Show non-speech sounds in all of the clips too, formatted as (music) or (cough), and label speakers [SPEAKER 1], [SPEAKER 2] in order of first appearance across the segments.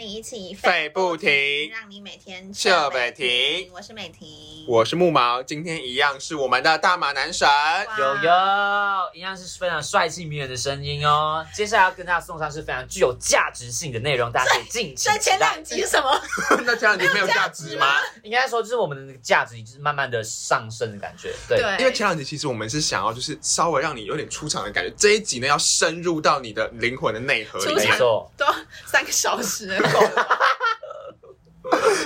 [SPEAKER 1] 一起
[SPEAKER 2] 废不停
[SPEAKER 1] 让你每天
[SPEAKER 2] 设
[SPEAKER 1] 美
[SPEAKER 2] 美停。
[SPEAKER 1] 我是美婷，
[SPEAKER 2] 我是木毛，今天一样是我们的大马男神。
[SPEAKER 1] 哇
[SPEAKER 3] 有有，一样是非常帅气迷人的声音哦。接下来要跟大家送上是非常具有价值性的内容，大家可以尽情
[SPEAKER 1] 所以
[SPEAKER 3] 期
[SPEAKER 1] 前
[SPEAKER 3] 待
[SPEAKER 1] 两。集是什么？
[SPEAKER 2] 那这样你没有价值吗？
[SPEAKER 3] 应该说，就是我们的那个价值就是慢慢的上升的感觉。对，
[SPEAKER 2] 因为前两集其实我们是想要就是稍微让你有点出场的感觉，这一集呢要深入到你的灵魂的内核里
[SPEAKER 1] 出
[SPEAKER 3] 没
[SPEAKER 2] 面
[SPEAKER 1] 场，
[SPEAKER 3] 错。
[SPEAKER 1] 都三个小
[SPEAKER 2] (laughs)
[SPEAKER 1] 时了，够了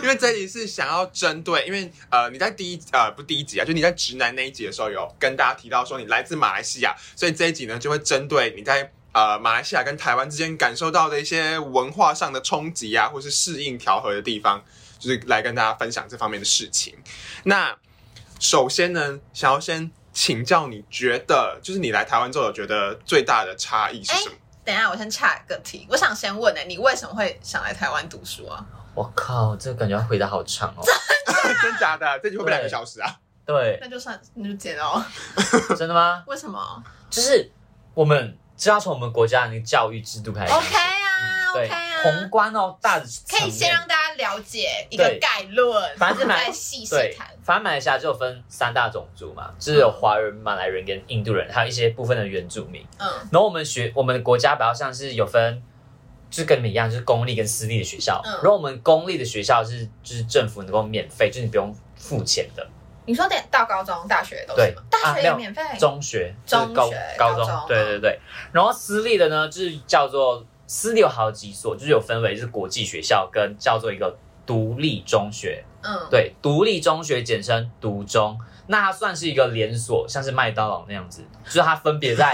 [SPEAKER 2] 因为这一集是想要针对，因为呃你在第一呃不第一集啊，就你在直男那一集的时候有跟大家提到说你来自马来西亚，所以这一集呢就会针对你在。呃，马来西亚跟台湾之间感受到的一些文化上的冲击啊，或是适应调和的地方，就是来跟大家分享这方面的事情。那首先呢，想要先请教你觉得，就是你来台湾之后，有觉得最大的差异是什么？
[SPEAKER 1] 等一下，我先岔个题，我想先问呢、你为什么会想来台湾读书啊？
[SPEAKER 3] 我靠，这个感觉要回答好长哦。
[SPEAKER 2] (laughs) 真假的？这集会不会两个小时啊？
[SPEAKER 3] 对，
[SPEAKER 1] 那就算那就剪哦。
[SPEAKER 3] 真的吗？
[SPEAKER 1] 为什么
[SPEAKER 3] 就是我们这要从我们国家的那个教育制度开始。
[SPEAKER 1] ？OK 啊
[SPEAKER 3] 哎对
[SPEAKER 1] ，OK 啊，
[SPEAKER 3] 宏观哦，大的
[SPEAKER 1] 可以先
[SPEAKER 3] 层面
[SPEAKER 1] 让大家了解一个
[SPEAKER 3] 对
[SPEAKER 1] 概论，
[SPEAKER 3] 反正是蛮
[SPEAKER 1] 再细细
[SPEAKER 3] 对
[SPEAKER 1] 谈。，
[SPEAKER 3] 反正马来西亚就有分三大种族嘛，就是有华人、马来人跟印度人，还有一些部分的原住民。
[SPEAKER 1] 嗯
[SPEAKER 3] 然后我们学我们的国家比较像是有分，就是跟你们一样，就是公立跟私立的学校。
[SPEAKER 1] 嗯
[SPEAKER 3] 然后我们公立的学校是就是政府能够免费，就是你不用付钱的。
[SPEAKER 1] 你说得到高中、大学都是吗？
[SPEAKER 3] 对
[SPEAKER 1] 大学
[SPEAKER 3] 啊没
[SPEAKER 1] 也
[SPEAKER 3] 有
[SPEAKER 1] 免费，
[SPEAKER 3] 中学、
[SPEAKER 1] 中
[SPEAKER 3] 就是高
[SPEAKER 1] 学
[SPEAKER 3] 高
[SPEAKER 1] 高
[SPEAKER 3] 中，
[SPEAKER 1] 中
[SPEAKER 3] 对对对。然后私立的呢，就是叫做私立有好几所，就是有分为就是国际学校跟叫做一个独立中学，
[SPEAKER 1] 嗯，
[SPEAKER 3] 对，独立中学简称独中。那它算是一个连锁，像是麦当劳那样子，就是它分别在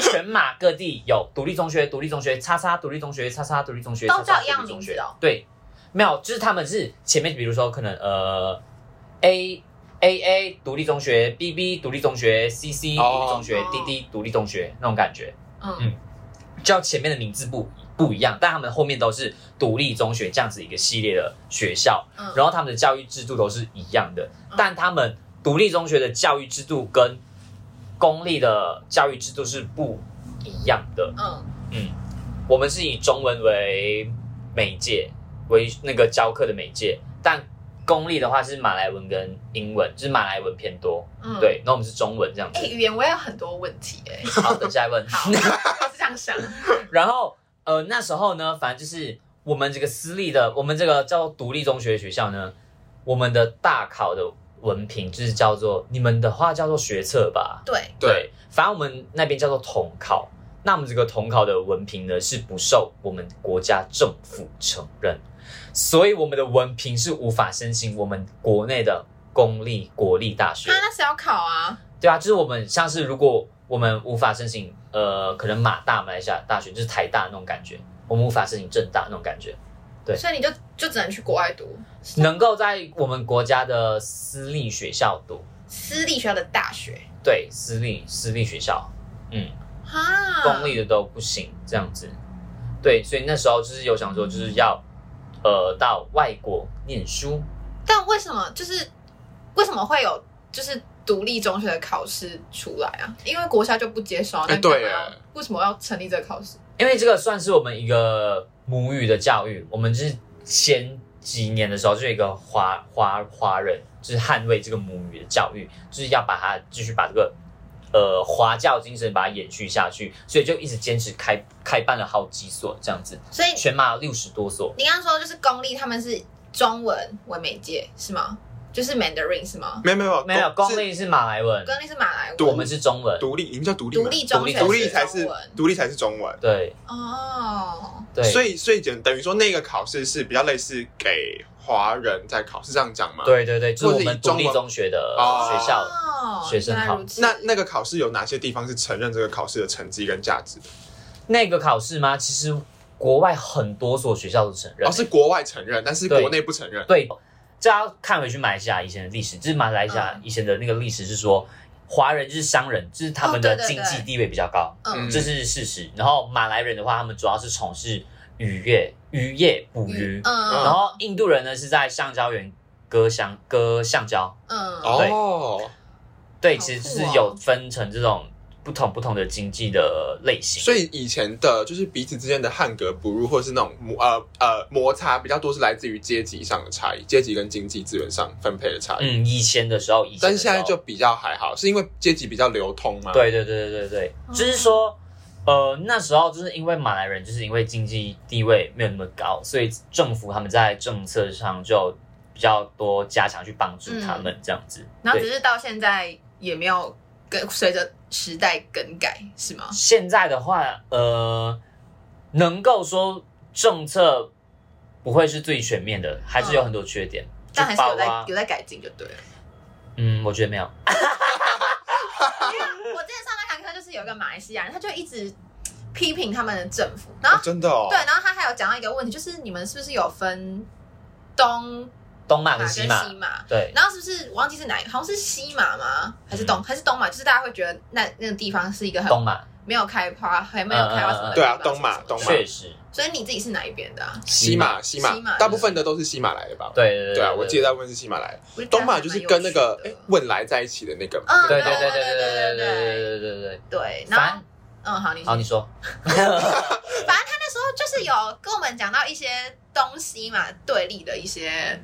[SPEAKER 3] 全马各地有独立中学、独立中学、叉叉独立中学、叉叉独立中学，
[SPEAKER 1] 都叫
[SPEAKER 3] 叉叉
[SPEAKER 1] 一样
[SPEAKER 3] 独立中
[SPEAKER 1] 名
[SPEAKER 3] 学
[SPEAKER 1] 字哦
[SPEAKER 3] 对，没有，就是他们是前面，比如说可能呃 A A A 独立中学、B B 独立中学、C C 独
[SPEAKER 2] 哦
[SPEAKER 3] 立中学、
[SPEAKER 1] 哦
[SPEAKER 3] D D 独立中学那种感觉，
[SPEAKER 1] 嗯
[SPEAKER 3] 嗯叫前面的名字不不一样，但他们后面都是独立中学这样子一个系列的学校。
[SPEAKER 1] 嗯，
[SPEAKER 3] 然后他们的教育制度都是一样的，但他们独立中学的教育制度跟公立的教育制度是不一样的。
[SPEAKER 1] 嗯。
[SPEAKER 3] 我们是以中文为媒介，为那个教课的媒介，但公立的话是马来文跟英文，就是马来文偏多。
[SPEAKER 1] 嗯，
[SPEAKER 3] 对，那我们是中文这样
[SPEAKER 1] 哎、
[SPEAKER 3] 子。
[SPEAKER 1] 语言我也有很多问题哎、
[SPEAKER 3] 好，等下一问。
[SPEAKER 2] (laughs)
[SPEAKER 1] 好，我是这样想。
[SPEAKER 3] 然后呃那时候呢，反正就是我们这个私立的，我们这个叫独立中学的学校呢，我们的大考的文凭就是叫做你们的话叫做学测吧，
[SPEAKER 1] 对，
[SPEAKER 2] 对，
[SPEAKER 3] 反正我们那边叫做统考。那我们这个统考的文凭呢，是不受我们国家政府承认，所以我们的文凭是无法申请我们国内的公立国立大学
[SPEAKER 1] 他。那是要考啊，
[SPEAKER 3] 对啊，就是我们像是如果我们无法申请，呃，可能马大、马来西亚大学就是台大那种感觉，我们无法申请政大那种感觉，对
[SPEAKER 1] 所以你就就只能去国外读
[SPEAKER 3] 能够在我们国家的私立学校读，
[SPEAKER 1] 私立学校的大学
[SPEAKER 3] 对，私立私立学校，嗯，
[SPEAKER 1] 哈，
[SPEAKER 3] 公立的都不行，这样子，对，所以那时候就是有想说就是要，呃，到外国念书，
[SPEAKER 1] 但为什么就是为什么会有就是独立中学的考试出来啊？因为国校就不接受，啊那
[SPEAKER 2] 哎对
[SPEAKER 1] 干嘛
[SPEAKER 2] 耶
[SPEAKER 1] 为什么要成立这个考试？
[SPEAKER 3] 因为这个算是我们一个母语的教育，我们就是前几年的时候就有一个华华华人，就是捍卫这个母语的教育，就是要把它继续把这个呃华教精神把它延续下去，所以就一直坚持开开办了好几所这样子，
[SPEAKER 1] 所以
[SPEAKER 3] 全马六十多所，
[SPEAKER 1] 你刚刚说就是公立他们是中文为媒介是吗？就是 Mandarin 是吗？
[SPEAKER 2] 没有没有
[SPEAKER 3] 没有公
[SPEAKER 2] 是
[SPEAKER 3] 立是马来文，
[SPEAKER 1] 公立是马来文，
[SPEAKER 2] 对
[SPEAKER 3] 我们是中文，
[SPEAKER 2] 独立，你们叫独立吗，
[SPEAKER 1] 独立中学
[SPEAKER 2] 独
[SPEAKER 3] 独
[SPEAKER 2] 立
[SPEAKER 1] 是
[SPEAKER 2] 才是
[SPEAKER 1] 中文
[SPEAKER 2] 独立才是中文。
[SPEAKER 3] 对
[SPEAKER 1] 哦，
[SPEAKER 3] 对，
[SPEAKER 2] 所
[SPEAKER 3] 以
[SPEAKER 2] 以所以等等于说那个考试是比较类似给华人在考，是这样讲吗？。
[SPEAKER 3] 对对对，就是
[SPEAKER 2] 或
[SPEAKER 3] 我
[SPEAKER 2] 是以
[SPEAKER 3] 们独立
[SPEAKER 2] 中文
[SPEAKER 3] 中学的
[SPEAKER 2] 哦
[SPEAKER 3] 学校，
[SPEAKER 1] 哦
[SPEAKER 3] 学生考
[SPEAKER 1] 原来如此
[SPEAKER 2] 那那个考试有哪些地方是承认这个考试的成绩跟价值的？
[SPEAKER 3] 那个考试吗？其实国外很多所学校都承认、
[SPEAKER 2] 哦，是国外承认，但是
[SPEAKER 3] 对
[SPEAKER 2] 国内不承认。
[SPEAKER 3] 对，这要看回去马来西亚以前的历史，就是马来西亚
[SPEAKER 1] 嗯
[SPEAKER 3] 以前的那个历史是说，华人就是商人，就是他们
[SPEAKER 1] 哦
[SPEAKER 3] 的
[SPEAKER 1] 对对
[SPEAKER 3] 经济
[SPEAKER 1] 对
[SPEAKER 3] 地位比较高，
[SPEAKER 1] 嗯
[SPEAKER 2] 嗯
[SPEAKER 3] 这是事实。然后马来人的话，他们主要是从事渔业、渔业捕鱼，
[SPEAKER 1] 嗯
[SPEAKER 3] 然后印度人呢是在橡胶园割香割橡胶。
[SPEAKER 1] 嗯
[SPEAKER 2] 哦，
[SPEAKER 3] 对，其实
[SPEAKER 1] 好
[SPEAKER 3] 就是
[SPEAKER 1] 酷哦
[SPEAKER 3] 有分成这种。不同不同的经济的类型。
[SPEAKER 2] 所以以前的就是彼此之间的汉格不入，或是那种摩呃呃摩擦比较多，是来自于阶级上的差异，阶级跟经济资源上分配的差异。
[SPEAKER 3] 嗯，以前的时候，以前
[SPEAKER 2] 但
[SPEAKER 3] 的
[SPEAKER 2] 是
[SPEAKER 3] 时
[SPEAKER 2] 现
[SPEAKER 3] 候
[SPEAKER 2] 在就比较还好，是因为阶级比较流通吗？，
[SPEAKER 3] 对对对对对对，就是说，呃，那时候就是因为马来人就是因为经济地位没有那么高，所以政府他们在政策上就比较多加强去帮助他们这样子。
[SPEAKER 1] 然后只
[SPEAKER 3] 对，
[SPEAKER 1] 是到现在也没有跟随着时代更改，是吗？
[SPEAKER 3] 现在的话，呃，能够说政策不会是最全面的，还是有很多缺点，就
[SPEAKER 1] 但
[SPEAKER 3] 啊
[SPEAKER 1] 还是
[SPEAKER 3] 包
[SPEAKER 1] 有在
[SPEAKER 3] 括
[SPEAKER 1] 有在改进就对了。
[SPEAKER 3] 嗯，我觉得没有，
[SPEAKER 1] 我之前上那堂课就是有一个马来西亚人，他就一直批评他们的政府，然后、
[SPEAKER 2] 哦、真的哦。
[SPEAKER 1] 对，然后他还有讲到一个问题，就是你们是不是有分东
[SPEAKER 3] 东马
[SPEAKER 1] 马
[SPEAKER 3] 跟
[SPEAKER 1] 跟
[SPEAKER 3] 西
[SPEAKER 1] 西
[SPEAKER 3] 马，
[SPEAKER 1] 马？
[SPEAKER 3] 对，
[SPEAKER 1] 然后是不是我忘记是哪一个？好像是西马吗？还是东？还是东马？就是大家会觉得那那个地方是一个很
[SPEAKER 3] 嗯东嗯马
[SPEAKER 1] 没有开发，还没有开发什么的
[SPEAKER 2] 对啊
[SPEAKER 1] 地方
[SPEAKER 2] 东马
[SPEAKER 1] 什么什么的
[SPEAKER 2] 东马
[SPEAKER 3] 确实，
[SPEAKER 1] 所以你自己是哪一边的、啊？
[SPEAKER 2] 西马西
[SPEAKER 1] 西
[SPEAKER 2] 马
[SPEAKER 1] 马西马，
[SPEAKER 2] 大部分的都是西马来的吧？
[SPEAKER 3] 对对对
[SPEAKER 2] 嗯对啊，我记得大部分是西马来的。
[SPEAKER 1] 我觉得
[SPEAKER 2] 东马就是跟那个哎
[SPEAKER 1] 还蛮有趣的
[SPEAKER 2] 汶莱在一起的那个，
[SPEAKER 1] 嗯，
[SPEAKER 3] 对对
[SPEAKER 1] 对
[SPEAKER 3] 对
[SPEAKER 1] 对
[SPEAKER 3] 对对对对
[SPEAKER 1] 对对
[SPEAKER 3] 对对对
[SPEAKER 1] 对。
[SPEAKER 3] 对，
[SPEAKER 1] 然
[SPEAKER 3] 反
[SPEAKER 1] 后，嗯，好，你
[SPEAKER 3] 好，你说。
[SPEAKER 1] 那时候就是有跟我们讲到一些东西嘛，对立的一些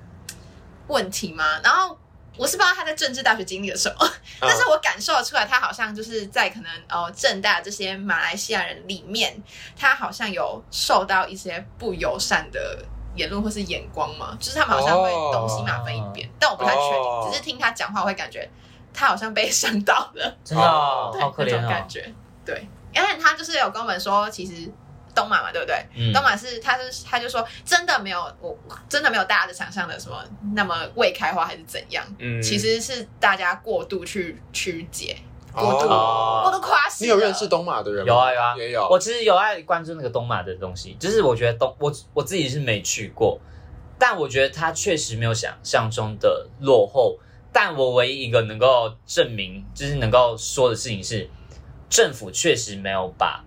[SPEAKER 1] 问题嘛，然后。我是不知道他在政治大学经历了什么，
[SPEAKER 2] 嗯
[SPEAKER 1] 但是我感受出来，他好像就是在可能哦政大这些马来西亚人里面，他好像有受到一些不友善的言论或是眼光嘛，就是他们好像会
[SPEAKER 2] 哦
[SPEAKER 1] 东西马分一边，但我不太确定，
[SPEAKER 2] 哦
[SPEAKER 1] 只是听他讲话，我会感觉他好像被伤到了。
[SPEAKER 3] 真的哦、
[SPEAKER 1] 对
[SPEAKER 3] 好可
[SPEAKER 1] 那
[SPEAKER 3] 怜
[SPEAKER 1] 种
[SPEAKER 3] 哦
[SPEAKER 1] 感。觉。对，因为他就是有跟我们说，其实东马嘛，对不对？
[SPEAKER 3] 嗯
[SPEAKER 1] 东马是他是他就说真的没有我真的没有大家的想象的什么那么未开花还是怎样，
[SPEAKER 2] 嗯
[SPEAKER 1] 其实是大家过度去曲解，过度、
[SPEAKER 2] 哦，
[SPEAKER 1] 过度夸饰。
[SPEAKER 2] 你有认识？东马的人吗？
[SPEAKER 3] 有啊有啊
[SPEAKER 2] 也有。
[SPEAKER 3] 我其实有爱关注那个东马的东西，就是我觉得东我我自己是没去过，但我觉得它确实没有想象中的落后。但我唯一一个能够证明，就是能够说的事情是，政府确实没有把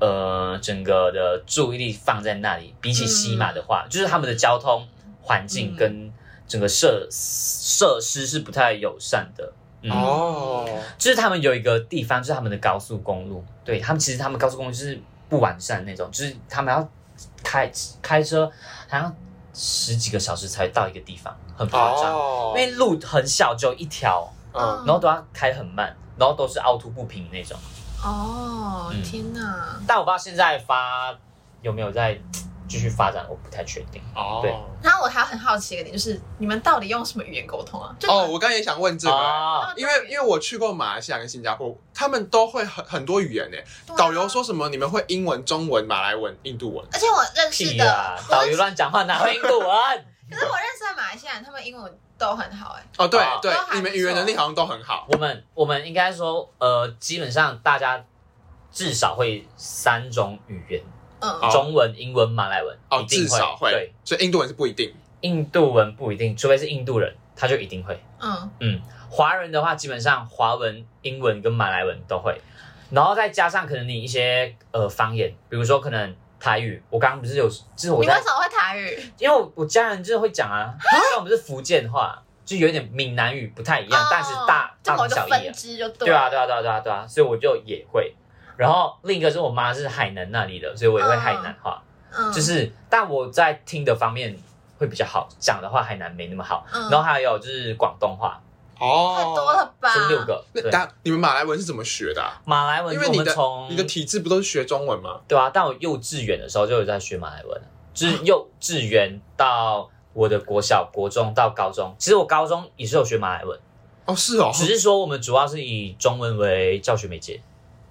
[SPEAKER 3] 呃整个的注意力放在那里。比起西马的话，就是他们的交通环境
[SPEAKER 1] 嗯
[SPEAKER 3] 跟整个设设施是不太友善的。嗯
[SPEAKER 2] 哦，
[SPEAKER 3] 就是他们有一个地方，就是他们的高速公路，对他们其实他们高速公路就是不完善那种，就是他们要开开车好像十几个小时才到一个地方，很夸张，
[SPEAKER 2] 哦
[SPEAKER 3] 因，为路很小，只有一条，
[SPEAKER 2] 嗯，
[SPEAKER 3] 然后都要开很慢，然后都是凹凸不平那种。
[SPEAKER 1] 哦
[SPEAKER 3] 嗯，
[SPEAKER 1] 天哪！
[SPEAKER 3] 但我不知道现在发有没有在继续发展，我不太确定。
[SPEAKER 1] 嗯
[SPEAKER 2] 哦
[SPEAKER 3] 对
[SPEAKER 1] 然后我还很好奇一个点，就是你们到底用什么语言沟通啊？就你
[SPEAKER 2] 哦，
[SPEAKER 1] 们
[SPEAKER 2] 我刚才也想问这个，
[SPEAKER 3] 啊，
[SPEAKER 2] 因为因为我去过马来西亚跟新加坡，他们都会很很多语言呢。
[SPEAKER 1] 对啊
[SPEAKER 2] 导游说什么？你们会英文、中文、马来文、印度文？
[SPEAKER 1] 而且我认识
[SPEAKER 3] 屁
[SPEAKER 1] 哦的，
[SPEAKER 3] 啦，导游乱讲话哪会印度文？
[SPEAKER 1] 可是我认识的马来西亚人，他们英文都很好哎、
[SPEAKER 2] 哦，对
[SPEAKER 3] 哦
[SPEAKER 2] 对
[SPEAKER 1] 都还不，错
[SPEAKER 2] 你们语言能力好像都很好。
[SPEAKER 3] 我们我们应该说，呃，基本上大家至少会三种语言：
[SPEAKER 1] 嗯，
[SPEAKER 2] 哦
[SPEAKER 3] 中文、英文、马来文，
[SPEAKER 2] 哦
[SPEAKER 3] 一，定
[SPEAKER 2] 至少
[SPEAKER 3] 对
[SPEAKER 2] 会，，所以印度文是不一定。
[SPEAKER 3] 印度文不一定，除非是印度人，他就一定会。
[SPEAKER 1] 嗯，
[SPEAKER 3] 华人的话，基本上华文、英文跟马来文都会，然后再加上可能你一些呃方言，比如说可能台语。我刚刚不是有，就是我
[SPEAKER 1] 你为
[SPEAKER 3] 在
[SPEAKER 1] 什么会台语？
[SPEAKER 3] 因为我我家人就是会讲啊，虽然我们是福建话，就有点闽南语不太一样，但是大
[SPEAKER 1] 哦就
[SPEAKER 3] 大
[SPEAKER 1] 某
[SPEAKER 3] 同
[SPEAKER 1] 一个
[SPEAKER 3] 小异啊
[SPEAKER 1] 分。支就对
[SPEAKER 3] 对啊，对啊，对啊，对啊，对啊，所以我就也会。然后另一个是我妈是海南那里的，所以我也会海南话，
[SPEAKER 1] 嗯，
[SPEAKER 3] 就是但我在听的方面会比较好，讲的话海南没那么好。
[SPEAKER 1] 嗯
[SPEAKER 3] 然后还有就是广东话，
[SPEAKER 1] 太多了
[SPEAKER 2] 哦，
[SPEAKER 1] 吧？
[SPEAKER 3] 是六个。
[SPEAKER 2] 那
[SPEAKER 3] 对，
[SPEAKER 2] 当你们马来文是怎么学的啊？
[SPEAKER 3] 马来文
[SPEAKER 2] 因
[SPEAKER 3] 是
[SPEAKER 2] 为
[SPEAKER 3] 我
[SPEAKER 2] 你
[SPEAKER 3] 们
[SPEAKER 2] 的
[SPEAKER 3] 从
[SPEAKER 2] 你的体制不都是学中文吗？
[SPEAKER 3] 对啊，但我幼稚园的时候就有在学马来文，
[SPEAKER 2] 啊
[SPEAKER 3] 就是幼稚园到我的国小、国中到高中，其实我高中也是有学马来文，
[SPEAKER 2] 哦，是哦，
[SPEAKER 3] 只是说我们主要是以中文为教学媒介。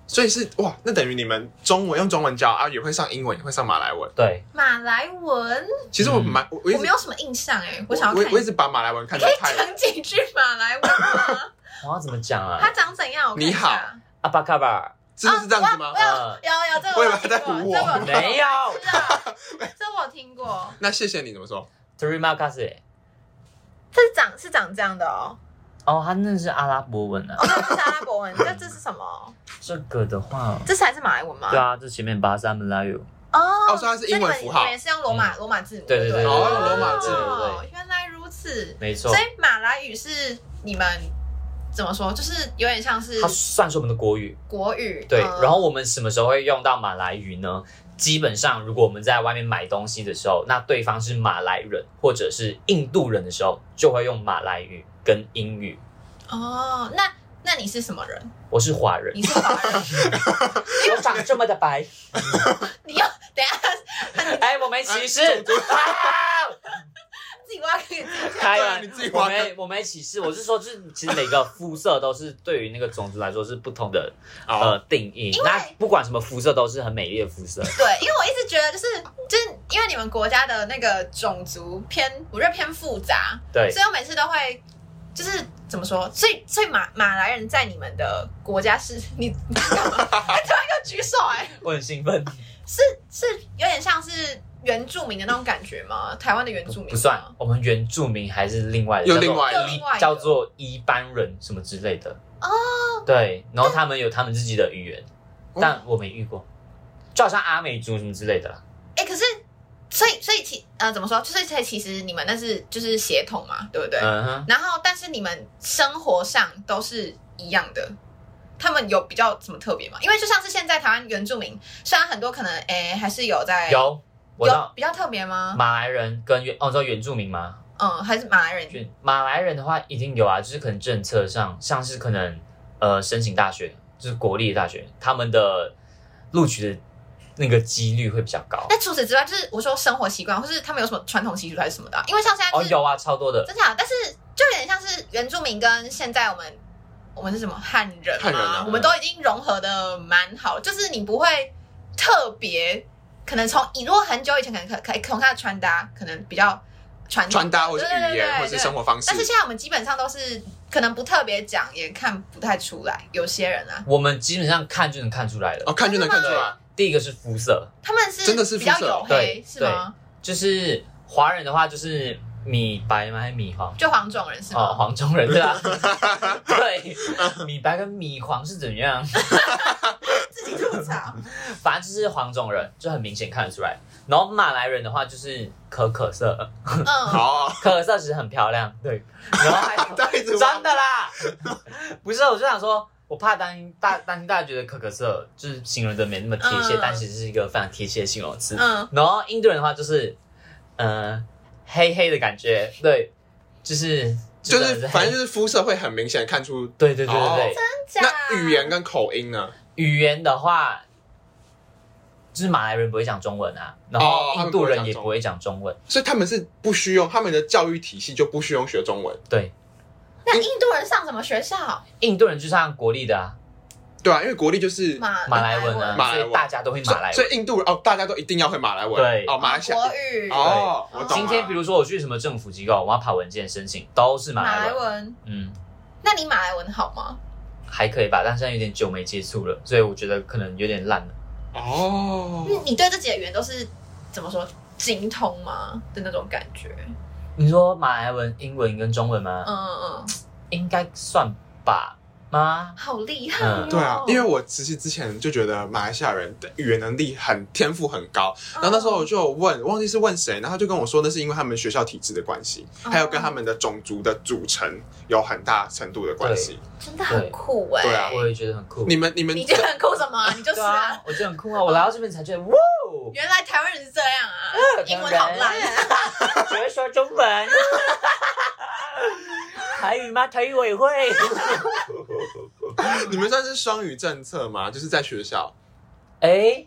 [SPEAKER 2] 所以是哇，那等于你们中文用中文教啊，也会上英文，也会上马来文。
[SPEAKER 3] 对，
[SPEAKER 1] 马来文，
[SPEAKER 2] 其实我
[SPEAKER 3] 嗯
[SPEAKER 2] 蛮我我一
[SPEAKER 1] 我
[SPEAKER 2] 直
[SPEAKER 1] 没有什么印象哎、我
[SPEAKER 2] 我
[SPEAKER 1] 想要
[SPEAKER 2] 我
[SPEAKER 1] 看
[SPEAKER 2] 我一直把马来文看成泰文。
[SPEAKER 1] 讲几句马来文吗？
[SPEAKER 3] 我要怎么讲啊
[SPEAKER 1] 它？长怎样？我看一下
[SPEAKER 2] 你好
[SPEAKER 3] 阿巴卡巴，
[SPEAKER 2] 真的是这样子吗
[SPEAKER 1] 啊？我
[SPEAKER 3] 呃，
[SPEAKER 1] 有有这个
[SPEAKER 2] 我以为
[SPEAKER 1] 有听
[SPEAKER 2] 在唬
[SPEAKER 1] 过，
[SPEAKER 2] 我
[SPEAKER 1] 这个有听过
[SPEAKER 3] 没有。
[SPEAKER 1] 是啊， (laughs) 这我有听过，
[SPEAKER 2] 那谢谢你怎么说？
[SPEAKER 3] Terima kasih。
[SPEAKER 1] 这是长是长这样的哦，
[SPEAKER 3] 哦，它那是阿拉伯文啊
[SPEAKER 1] 哦，。这是阿拉伯
[SPEAKER 3] (laughs)
[SPEAKER 1] 文，这这是什么？
[SPEAKER 3] 这个的话，
[SPEAKER 1] 这才是马来文吗？
[SPEAKER 3] 对啊，这前面巴萨姆拉有。
[SPEAKER 1] 哦，
[SPEAKER 2] 哦所以它是英文符号
[SPEAKER 1] 所以你们你们也是用罗马罗马字母，
[SPEAKER 3] 嗯对对
[SPEAKER 1] 对
[SPEAKER 3] 对
[SPEAKER 1] 不
[SPEAKER 2] 对对对对对
[SPEAKER 1] 哦原来如此，
[SPEAKER 3] 没错
[SPEAKER 1] 所以马来语是你们怎么说，就是有点像是
[SPEAKER 3] 它算是我们的国语，
[SPEAKER 1] 国语
[SPEAKER 3] 对。
[SPEAKER 1] 嗯
[SPEAKER 3] 然后我们什么时候会用到马来语呢？基本上，如果我们在外面买东西的时候，那对方是马来人或者是印度人的时候，就会用马来语跟英语。
[SPEAKER 1] 哦，那那你是什么人？
[SPEAKER 3] 我是华人
[SPEAKER 1] 你，是华
[SPEAKER 3] (laughs)
[SPEAKER 1] 人？
[SPEAKER 3] 我长这么的白，
[SPEAKER 1] 你要等一下
[SPEAKER 3] 哎，我没歧视。
[SPEAKER 2] 哎种族
[SPEAKER 3] 啊
[SPEAKER 1] 自己挖坑给自己跳。
[SPEAKER 3] 开
[SPEAKER 2] 对啊
[SPEAKER 3] 了
[SPEAKER 2] 你自己，
[SPEAKER 3] 哎我
[SPEAKER 2] 挖坑
[SPEAKER 3] 没我没歧视，我是说，就是其实每个肤色都是对于那个种族来说是不同的呃
[SPEAKER 2] 哦，
[SPEAKER 3] 定义
[SPEAKER 1] 因为。
[SPEAKER 3] 那不管什么肤色都是很美丽的肤色，
[SPEAKER 1] 对，因为我一直觉得就是就是因为你们国家的那个种族偏，我觉得偏复杂，
[SPEAKER 3] 对
[SPEAKER 1] 所以我每次都会就是怎么说，所以所以马马来人在你们的国家是 (laughs) 你你干嘛？哎突然给我举手哎、
[SPEAKER 3] 我很兴奋。
[SPEAKER 1] 是是有点像是原住民的那种感觉吗？台湾的原住民
[SPEAKER 3] 不算
[SPEAKER 1] 吗，
[SPEAKER 3] 我们原住民还是另外的，
[SPEAKER 2] 又
[SPEAKER 3] 叫做
[SPEAKER 2] 另外的
[SPEAKER 1] 又另外的
[SPEAKER 3] 叫做一般人什么之类的。
[SPEAKER 1] 哦，
[SPEAKER 3] 对，然后他们有他们自己的语言，
[SPEAKER 2] 哦
[SPEAKER 3] 但我没遇过，就好像阿美族什么之类的啦。
[SPEAKER 1] 哎、可是所以所以其呃怎么说，就是所以其实你们那是就是血统嘛，对不对？
[SPEAKER 3] 嗯哼，
[SPEAKER 1] 然后但是你们生活上都是一样的，他们有比较什么特别吗？因为就像是现在台湾原住民，虽然很多可能诶还是有在
[SPEAKER 3] 有我知
[SPEAKER 1] 有
[SPEAKER 3] 道
[SPEAKER 1] 比较特别吗？
[SPEAKER 3] 马来人跟原哦，你知道原住民吗？
[SPEAKER 1] 嗯，还是马来人
[SPEAKER 3] 就马来人的话，一定有啊，就是可能政策上，像是可能呃申请大学，就是国立的大学，他们的录取的那个几率会比较高。
[SPEAKER 1] 那除此之外，就是我说生活习惯，或是他们有什么传统习俗还是什么的啊、因为像现在、就
[SPEAKER 3] 哦，
[SPEAKER 1] 是
[SPEAKER 3] 有啊，超多的，
[SPEAKER 1] 真假的，但是就有点像是原住民跟现在我们我们是什么汉人嘛，
[SPEAKER 2] 汉人啊
[SPEAKER 1] 我们都已经融合的蛮好，就是你不会特别可能从你如果很久以前可能可可以从他的穿搭可能比较传统
[SPEAKER 2] 穿搭或者是
[SPEAKER 1] 对对
[SPEAKER 2] 语
[SPEAKER 1] 对对
[SPEAKER 2] 言或者是生活方式
[SPEAKER 1] 但，是现在我们基本上都是可能不特别讲，也看不太出来。有些人啊，
[SPEAKER 3] 我们基本上看就能看出来了。
[SPEAKER 2] 哦，看就能看出
[SPEAKER 1] 真的
[SPEAKER 2] 来
[SPEAKER 1] 吗。
[SPEAKER 3] 第一个是肤色，
[SPEAKER 1] 他们是
[SPEAKER 2] 真的是
[SPEAKER 1] 比较
[SPEAKER 2] 肤色
[SPEAKER 1] 黝黑
[SPEAKER 3] 对
[SPEAKER 1] 是吗？
[SPEAKER 3] 就是华人的话就是米白吗？还是米黄？
[SPEAKER 1] 就黄种人是
[SPEAKER 3] 哦，
[SPEAKER 1] 吗？
[SPEAKER 3] 黄种人对啊，对，米白跟米黄是怎样？
[SPEAKER 1] 自己
[SPEAKER 2] (laughs)
[SPEAKER 1] 吐槽。
[SPEAKER 3] 反正就是黄种人，就很明显看得出来。然后马来人的话就是可可色，
[SPEAKER 1] 嗯，
[SPEAKER 2] 好，
[SPEAKER 3] 可可色其实很漂亮，对。然后还有
[SPEAKER 2] 这样子
[SPEAKER 3] (laughs) 真的啦，不是，我就想说，我怕担心大担心大家觉得可可色就是形容的没那么贴切，
[SPEAKER 1] 嗯
[SPEAKER 3] 但其实是一个非常贴切的形容词。
[SPEAKER 2] (laughs)
[SPEAKER 1] 嗯，
[SPEAKER 3] 然后印度人的话就是，呃，黑黑的感觉，对，就是
[SPEAKER 2] 就是反正
[SPEAKER 3] 是
[SPEAKER 2] 就是肤色会很明显看出。
[SPEAKER 3] 对对对
[SPEAKER 2] 哦
[SPEAKER 3] 对对。
[SPEAKER 1] 真假
[SPEAKER 2] 那语言跟口音呢？
[SPEAKER 3] 语言的话，就是马来人不会讲中文啊，然
[SPEAKER 2] 哦
[SPEAKER 3] 后
[SPEAKER 2] 他们
[SPEAKER 3] 印度人也不会讲中文，
[SPEAKER 2] 所以他们是不需用他们的教育体系就不需用学中文，
[SPEAKER 3] 对，
[SPEAKER 1] 那印度人上什么学校？
[SPEAKER 3] 印度人就上国立的啊，
[SPEAKER 2] 对啊，因为国力就是
[SPEAKER 1] 马
[SPEAKER 3] 马来文啊，
[SPEAKER 2] 马来文
[SPEAKER 3] 所以大家都会马来
[SPEAKER 2] 所
[SPEAKER 3] 文。
[SPEAKER 2] 以印度人哦，大家都一定要会马来文，
[SPEAKER 3] 对
[SPEAKER 2] 哦，马来西亚
[SPEAKER 1] 国语、
[SPEAKER 2] 哦，
[SPEAKER 1] 对
[SPEAKER 2] 我懂了。
[SPEAKER 3] 今天比如说我去什么政府机构，我要跑文件申请，都是马
[SPEAKER 1] 马
[SPEAKER 3] 来
[SPEAKER 1] 来
[SPEAKER 3] 文，
[SPEAKER 1] 文。
[SPEAKER 3] 嗯，
[SPEAKER 1] 那你马来文好吗？
[SPEAKER 3] 还可以吧，但现在有点久没接触了，所以我觉得可能有点烂了。
[SPEAKER 2] 哦，
[SPEAKER 1] 嗯，你对这几个语言都是怎么说精通吗的那种感觉？
[SPEAKER 3] 你说马来文、英文跟中文吗？
[SPEAKER 1] 嗯嗯，嗯，
[SPEAKER 3] 应该算吧吗？
[SPEAKER 1] 好厉害、哦
[SPEAKER 3] 嗯
[SPEAKER 2] 对啊，因为我其实之前就觉得马来西亚人的语言能力很天赋很
[SPEAKER 1] 哦
[SPEAKER 2] 高，然后那时候我就有问，忘记是问谁，然后他就跟我说那是因为他们学校体制的关系，
[SPEAKER 1] 哦
[SPEAKER 2] 还有跟他们的种族的组成有很大程度的关系。
[SPEAKER 1] 真的很酷哎、
[SPEAKER 2] 对啊
[SPEAKER 3] 我也觉得很酷。
[SPEAKER 2] 你们你们
[SPEAKER 1] 你觉得很酷什么？你就是
[SPEAKER 3] 对
[SPEAKER 1] 啊。
[SPEAKER 3] 啊，我觉得很酷啊！我来到这边才觉得，哇哦，
[SPEAKER 1] 原来台湾人是这样啊，
[SPEAKER 2] 嗯
[SPEAKER 1] 英文好烂。
[SPEAKER 3] 只会说中文。
[SPEAKER 1] (laughs)
[SPEAKER 3] 台语吗？台语我
[SPEAKER 2] (laughs)
[SPEAKER 3] 也会。
[SPEAKER 2] (laughs) 你们算是双语政策吗？就是在学校，
[SPEAKER 3] 哎、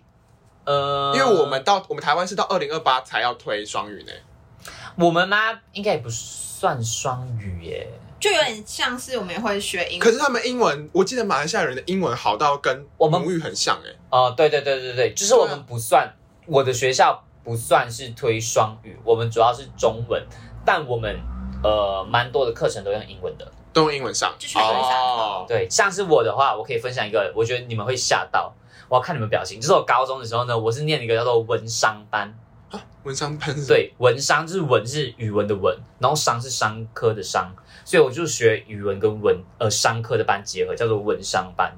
[SPEAKER 3] 呃，
[SPEAKER 2] 因为我们到我们台湾是到二零二八才要推双语呢。
[SPEAKER 3] 我们妈应该也不算双语耶。
[SPEAKER 1] 就有点像是我们也会学英
[SPEAKER 2] 可
[SPEAKER 1] 文，
[SPEAKER 2] 是他们英文，我记得马来西亚人的英文好到跟
[SPEAKER 3] 我们
[SPEAKER 2] 母语很像哎。
[SPEAKER 3] 哦、对对对对对，就是我们不算，我的学校不算是推双语，我们主要是中文，但我们呃蛮多的课程都用英文的。
[SPEAKER 2] 都用英文上，
[SPEAKER 1] 就去学一下
[SPEAKER 2] 哦，
[SPEAKER 3] 对，像是我的话，我可以分享一个，我觉得你们会吓到，我要看你们表情。就是我高中的时候呢，我是念一个叫做文商班，
[SPEAKER 2] 文商班是，
[SPEAKER 3] 对，文商就是文是语文的文，然后商是商科的商，所以我就学语文跟文呃商科的班结合，叫做文商班。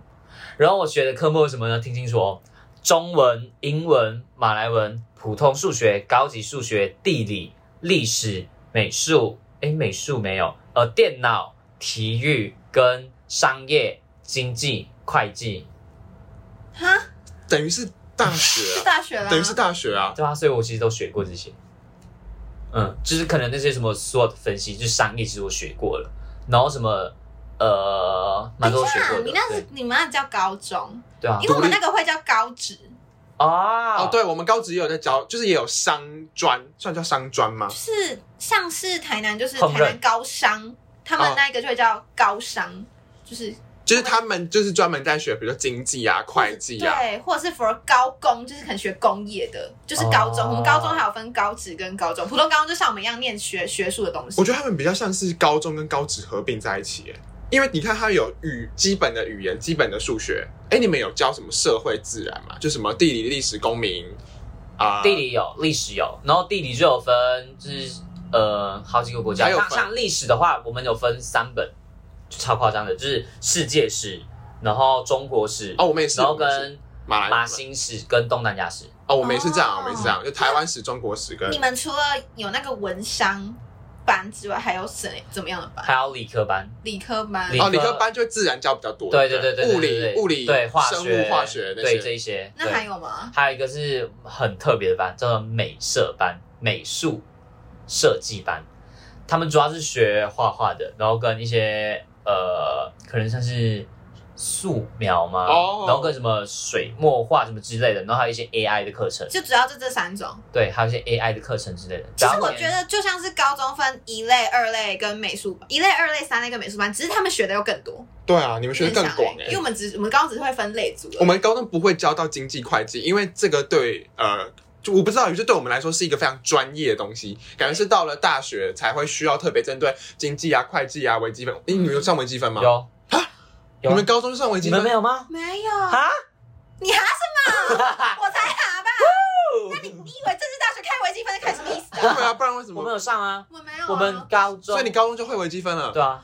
[SPEAKER 3] 然后我学的科目是什么呢？听清楚哦，中文、英文、马来文、普通数学、高级哎数学、地理、历史、美术，诶，美术没有，呃，电脑、体育跟商业、经济、会计，
[SPEAKER 1] 哈，
[SPEAKER 2] 等于是大学、
[SPEAKER 1] 是
[SPEAKER 2] 啊，
[SPEAKER 1] 大学啦，
[SPEAKER 2] 等于是大学啊。
[SPEAKER 3] 对吧、所以我其实都学过这些。嗯，就是可能那些什么 SWOT 分析，就是商业，其实我学过了，然后什么呃，蛮
[SPEAKER 1] 等
[SPEAKER 3] 多
[SPEAKER 1] 一
[SPEAKER 3] 学
[SPEAKER 1] 下
[SPEAKER 3] 过，的，
[SPEAKER 1] 你那是
[SPEAKER 3] 对
[SPEAKER 1] 你们那叫高中，
[SPEAKER 3] 对啊
[SPEAKER 1] 因，为我们
[SPEAKER 2] 独立
[SPEAKER 1] 那个会叫高职，
[SPEAKER 3] 啊，
[SPEAKER 2] 哦，，对，我们高职也有在教，就是也有商专，算叫商专吗
[SPEAKER 1] 就？是像是台南就是
[SPEAKER 3] 烹饪嗯
[SPEAKER 1] 台南高商，他们
[SPEAKER 2] 哦
[SPEAKER 1] 那一个就会叫高商，就是
[SPEAKER 2] 就是他们就是专门在学，比如说经济啊、会计啊。
[SPEAKER 1] 对，或者是 for 高工，就是可能学工业的，就是高中。
[SPEAKER 3] 哦
[SPEAKER 1] 我们高中还有分高职跟高中，普通高中就像我们一样念学学术的东西。
[SPEAKER 2] 我觉得他们比较像是高中跟高职合并在一起耶，因为你看他有语基本的语言、基本的数学。哎，你们有教什么社会自然吗？就什么地理、历史、公民啊、
[SPEAKER 3] 地理有，历史有，然后地理就有分，就是呃好几个国家。
[SPEAKER 2] 还有
[SPEAKER 3] 像
[SPEAKER 2] 分
[SPEAKER 3] 像历史的话，我们有分三本，就超夸张的，就是世界史，然后中国史，
[SPEAKER 2] 哦，我们也是，
[SPEAKER 3] 然后
[SPEAKER 2] 我们也是
[SPEAKER 3] 跟
[SPEAKER 2] 马
[SPEAKER 3] 马
[SPEAKER 2] 来
[SPEAKER 3] 新史跟东南亚史。
[SPEAKER 2] 哦，我们也是这样，
[SPEAKER 1] 哦
[SPEAKER 2] 我们也是这样，就台湾史、中国史跟哦
[SPEAKER 1] 你们除了有那个文商班之外，还有什怎么样的班？
[SPEAKER 3] 还有理科班，
[SPEAKER 1] 理科班
[SPEAKER 3] 理。
[SPEAKER 2] 哦，理科班就会自然教比较多，
[SPEAKER 3] 对对对对，对
[SPEAKER 2] 物
[SPEAKER 3] 对
[SPEAKER 2] 理、
[SPEAKER 3] 对
[SPEAKER 2] 物理、
[SPEAKER 3] 对化
[SPEAKER 2] 生
[SPEAKER 3] 学、
[SPEAKER 2] 物、化学那
[SPEAKER 3] 对这
[SPEAKER 2] 些。
[SPEAKER 3] 一些。
[SPEAKER 1] 那
[SPEAKER 3] 对
[SPEAKER 1] 还有吗？
[SPEAKER 3] 还有一个是很特别的班，叫做美设班，美术设计班。他们主要是学画画的，然后跟一些呃，可能像是素描嘛
[SPEAKER 2] 哦
[SPEAKER 3] 然后跟什么水墨画什么之类的，然后还有一些 AI 的课程，
[SPEAKER 1] 就主要就这三种。
[SPEAKER 3] 对，还有一些 AI 的课程之类的。
[SPEAKER 1] 其
[SPEAKER 3] 然
[SPEAKER 1] 实
[SPEAKER 3] 后
[SPEAKER 1] 我
[SPEAKER 3] 也
[SPEAKER 1] 觉得就像是高中分一类、二类跟美术班，一类、二类、三类跟美术班，只是他们学的又更多，
[SPEAKER 2] 对啊，你们学的更
[SPEAKER 1] 很
[SPEAKER 2] 广
[SPEAKER 1] 想
[SPEAKER 2] 哎、
[SPEAKER 1] 因为我们只我们高中只会分类组而已，
[SPEAKER 2] 我们高中不会教到经济会计，因为这个对呃，就我不知道，就对我们来说是一个非常专业的东西，感觉是到了大学才会需要特别针对经济啊、会计啊、微积分。诶，你们有上微积分吗？
[SPEAKER 3] 嗯有
[SPEAKER 2] 啊
[SPEAKER 3] 有啊
[SPEAKER 2] 你们高中就上微
[SPEAKER 3] 你
[SPEAKER 2] 积
[SPEAKER 3] 们
[SPEAKER 2] 分
[SPEAKER 3] 没？有吗？
[SPEAKER 1] 没有。
[SPEAKER 3] 啊？
[SPEAKER 1] 你哈什么？我才哈吧。那你你以为政治大学开微积分是开什么意思
[SPEAKER 2] 对
[SPEAKER 1] 啊？
[SPEAKER 2] 啊，不然为什
[SPEAKER 3] 我们
[SPEAKER 2] 么？
[SPEAKER 3] 有上啊，
[SPEAKER 1] 我没有、啊，
[SPEAKER 3] 我们高中，
[SPEAKER 2] 所以你高中就会微积分了，
[SPEAKER 3] 对啊，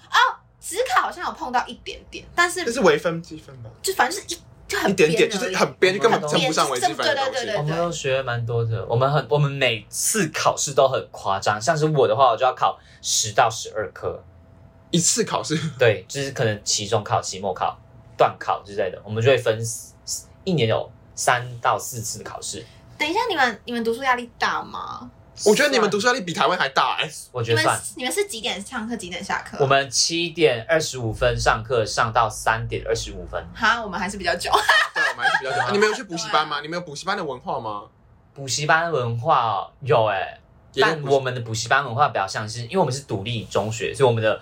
[SPEAKER 1] 只考好像有碰到一点点，但是
[SPEAKER 2] 这是微分积分吧？
[SPEAKER 1] 就反正就是一就很
[SPEAKER 2] 一点点，
[SPEAKER 1] 边
[SPEAKER 2] 就
[SPEAKER 1] 而已
[SPEAKER 2] 是很边，就根本
[SPEAKER 3] 很
[SPEAKER 2] 称
[SPEAKER 1] 边
[SPEAKER 2] 不上微积分的
[SPEAKER 1] 就是
[SPEAKER 2] 东
[SPEAKER 1] 对对
[SPEAKER 2] 西
[SPEAKER 1] 对。
[SPEAKER 3] 我们有学蛮多的，我们很我们每次考试都很夸张，像是我的话，我就要考十到十二科，
[SPEAKER 2] 一次考 (laughs) 试，
[SPEAKER 3] 对，就是可能期中考、期末考、段考之类的，我们就会分一年有三到四次的考试。
[SPEAKER 1] 等一下，你们你们读书压力大吗？
[SPEAKER 2] 我觉得你们读书压力比台湾还大哎、
[SPEAKER 3] 算，我
[SPEAKER 1] 你
[SPEAKER 3] 觉得
[SPEAKER 1] 们
[SPEAKER 3] 算，
[SPEAKER 1] 你们是几点上课，几点下课？
[SPEAKER 3] 我们七点二十五分上课，上到三点二十五分。
[SPEAKER 1] 哈，我们还是比较久。
[SPEAKER 2] 对，我们还是比较喜 (laughs) 欢。你们有去补习班
[SPEAKER 1] 对
[SPEAKER 2] 吗？你们有补习班的文化吗？
[SPEAKER 3] 补习班文化、哦、有哎、
[SPEAKER 2] 也有
[SPEAKER 3] 但
[SPEAKER 2] 补习
[SPEAKER 3] 我们的补习班文化比较像是，因为我们是独立中学，所以我们的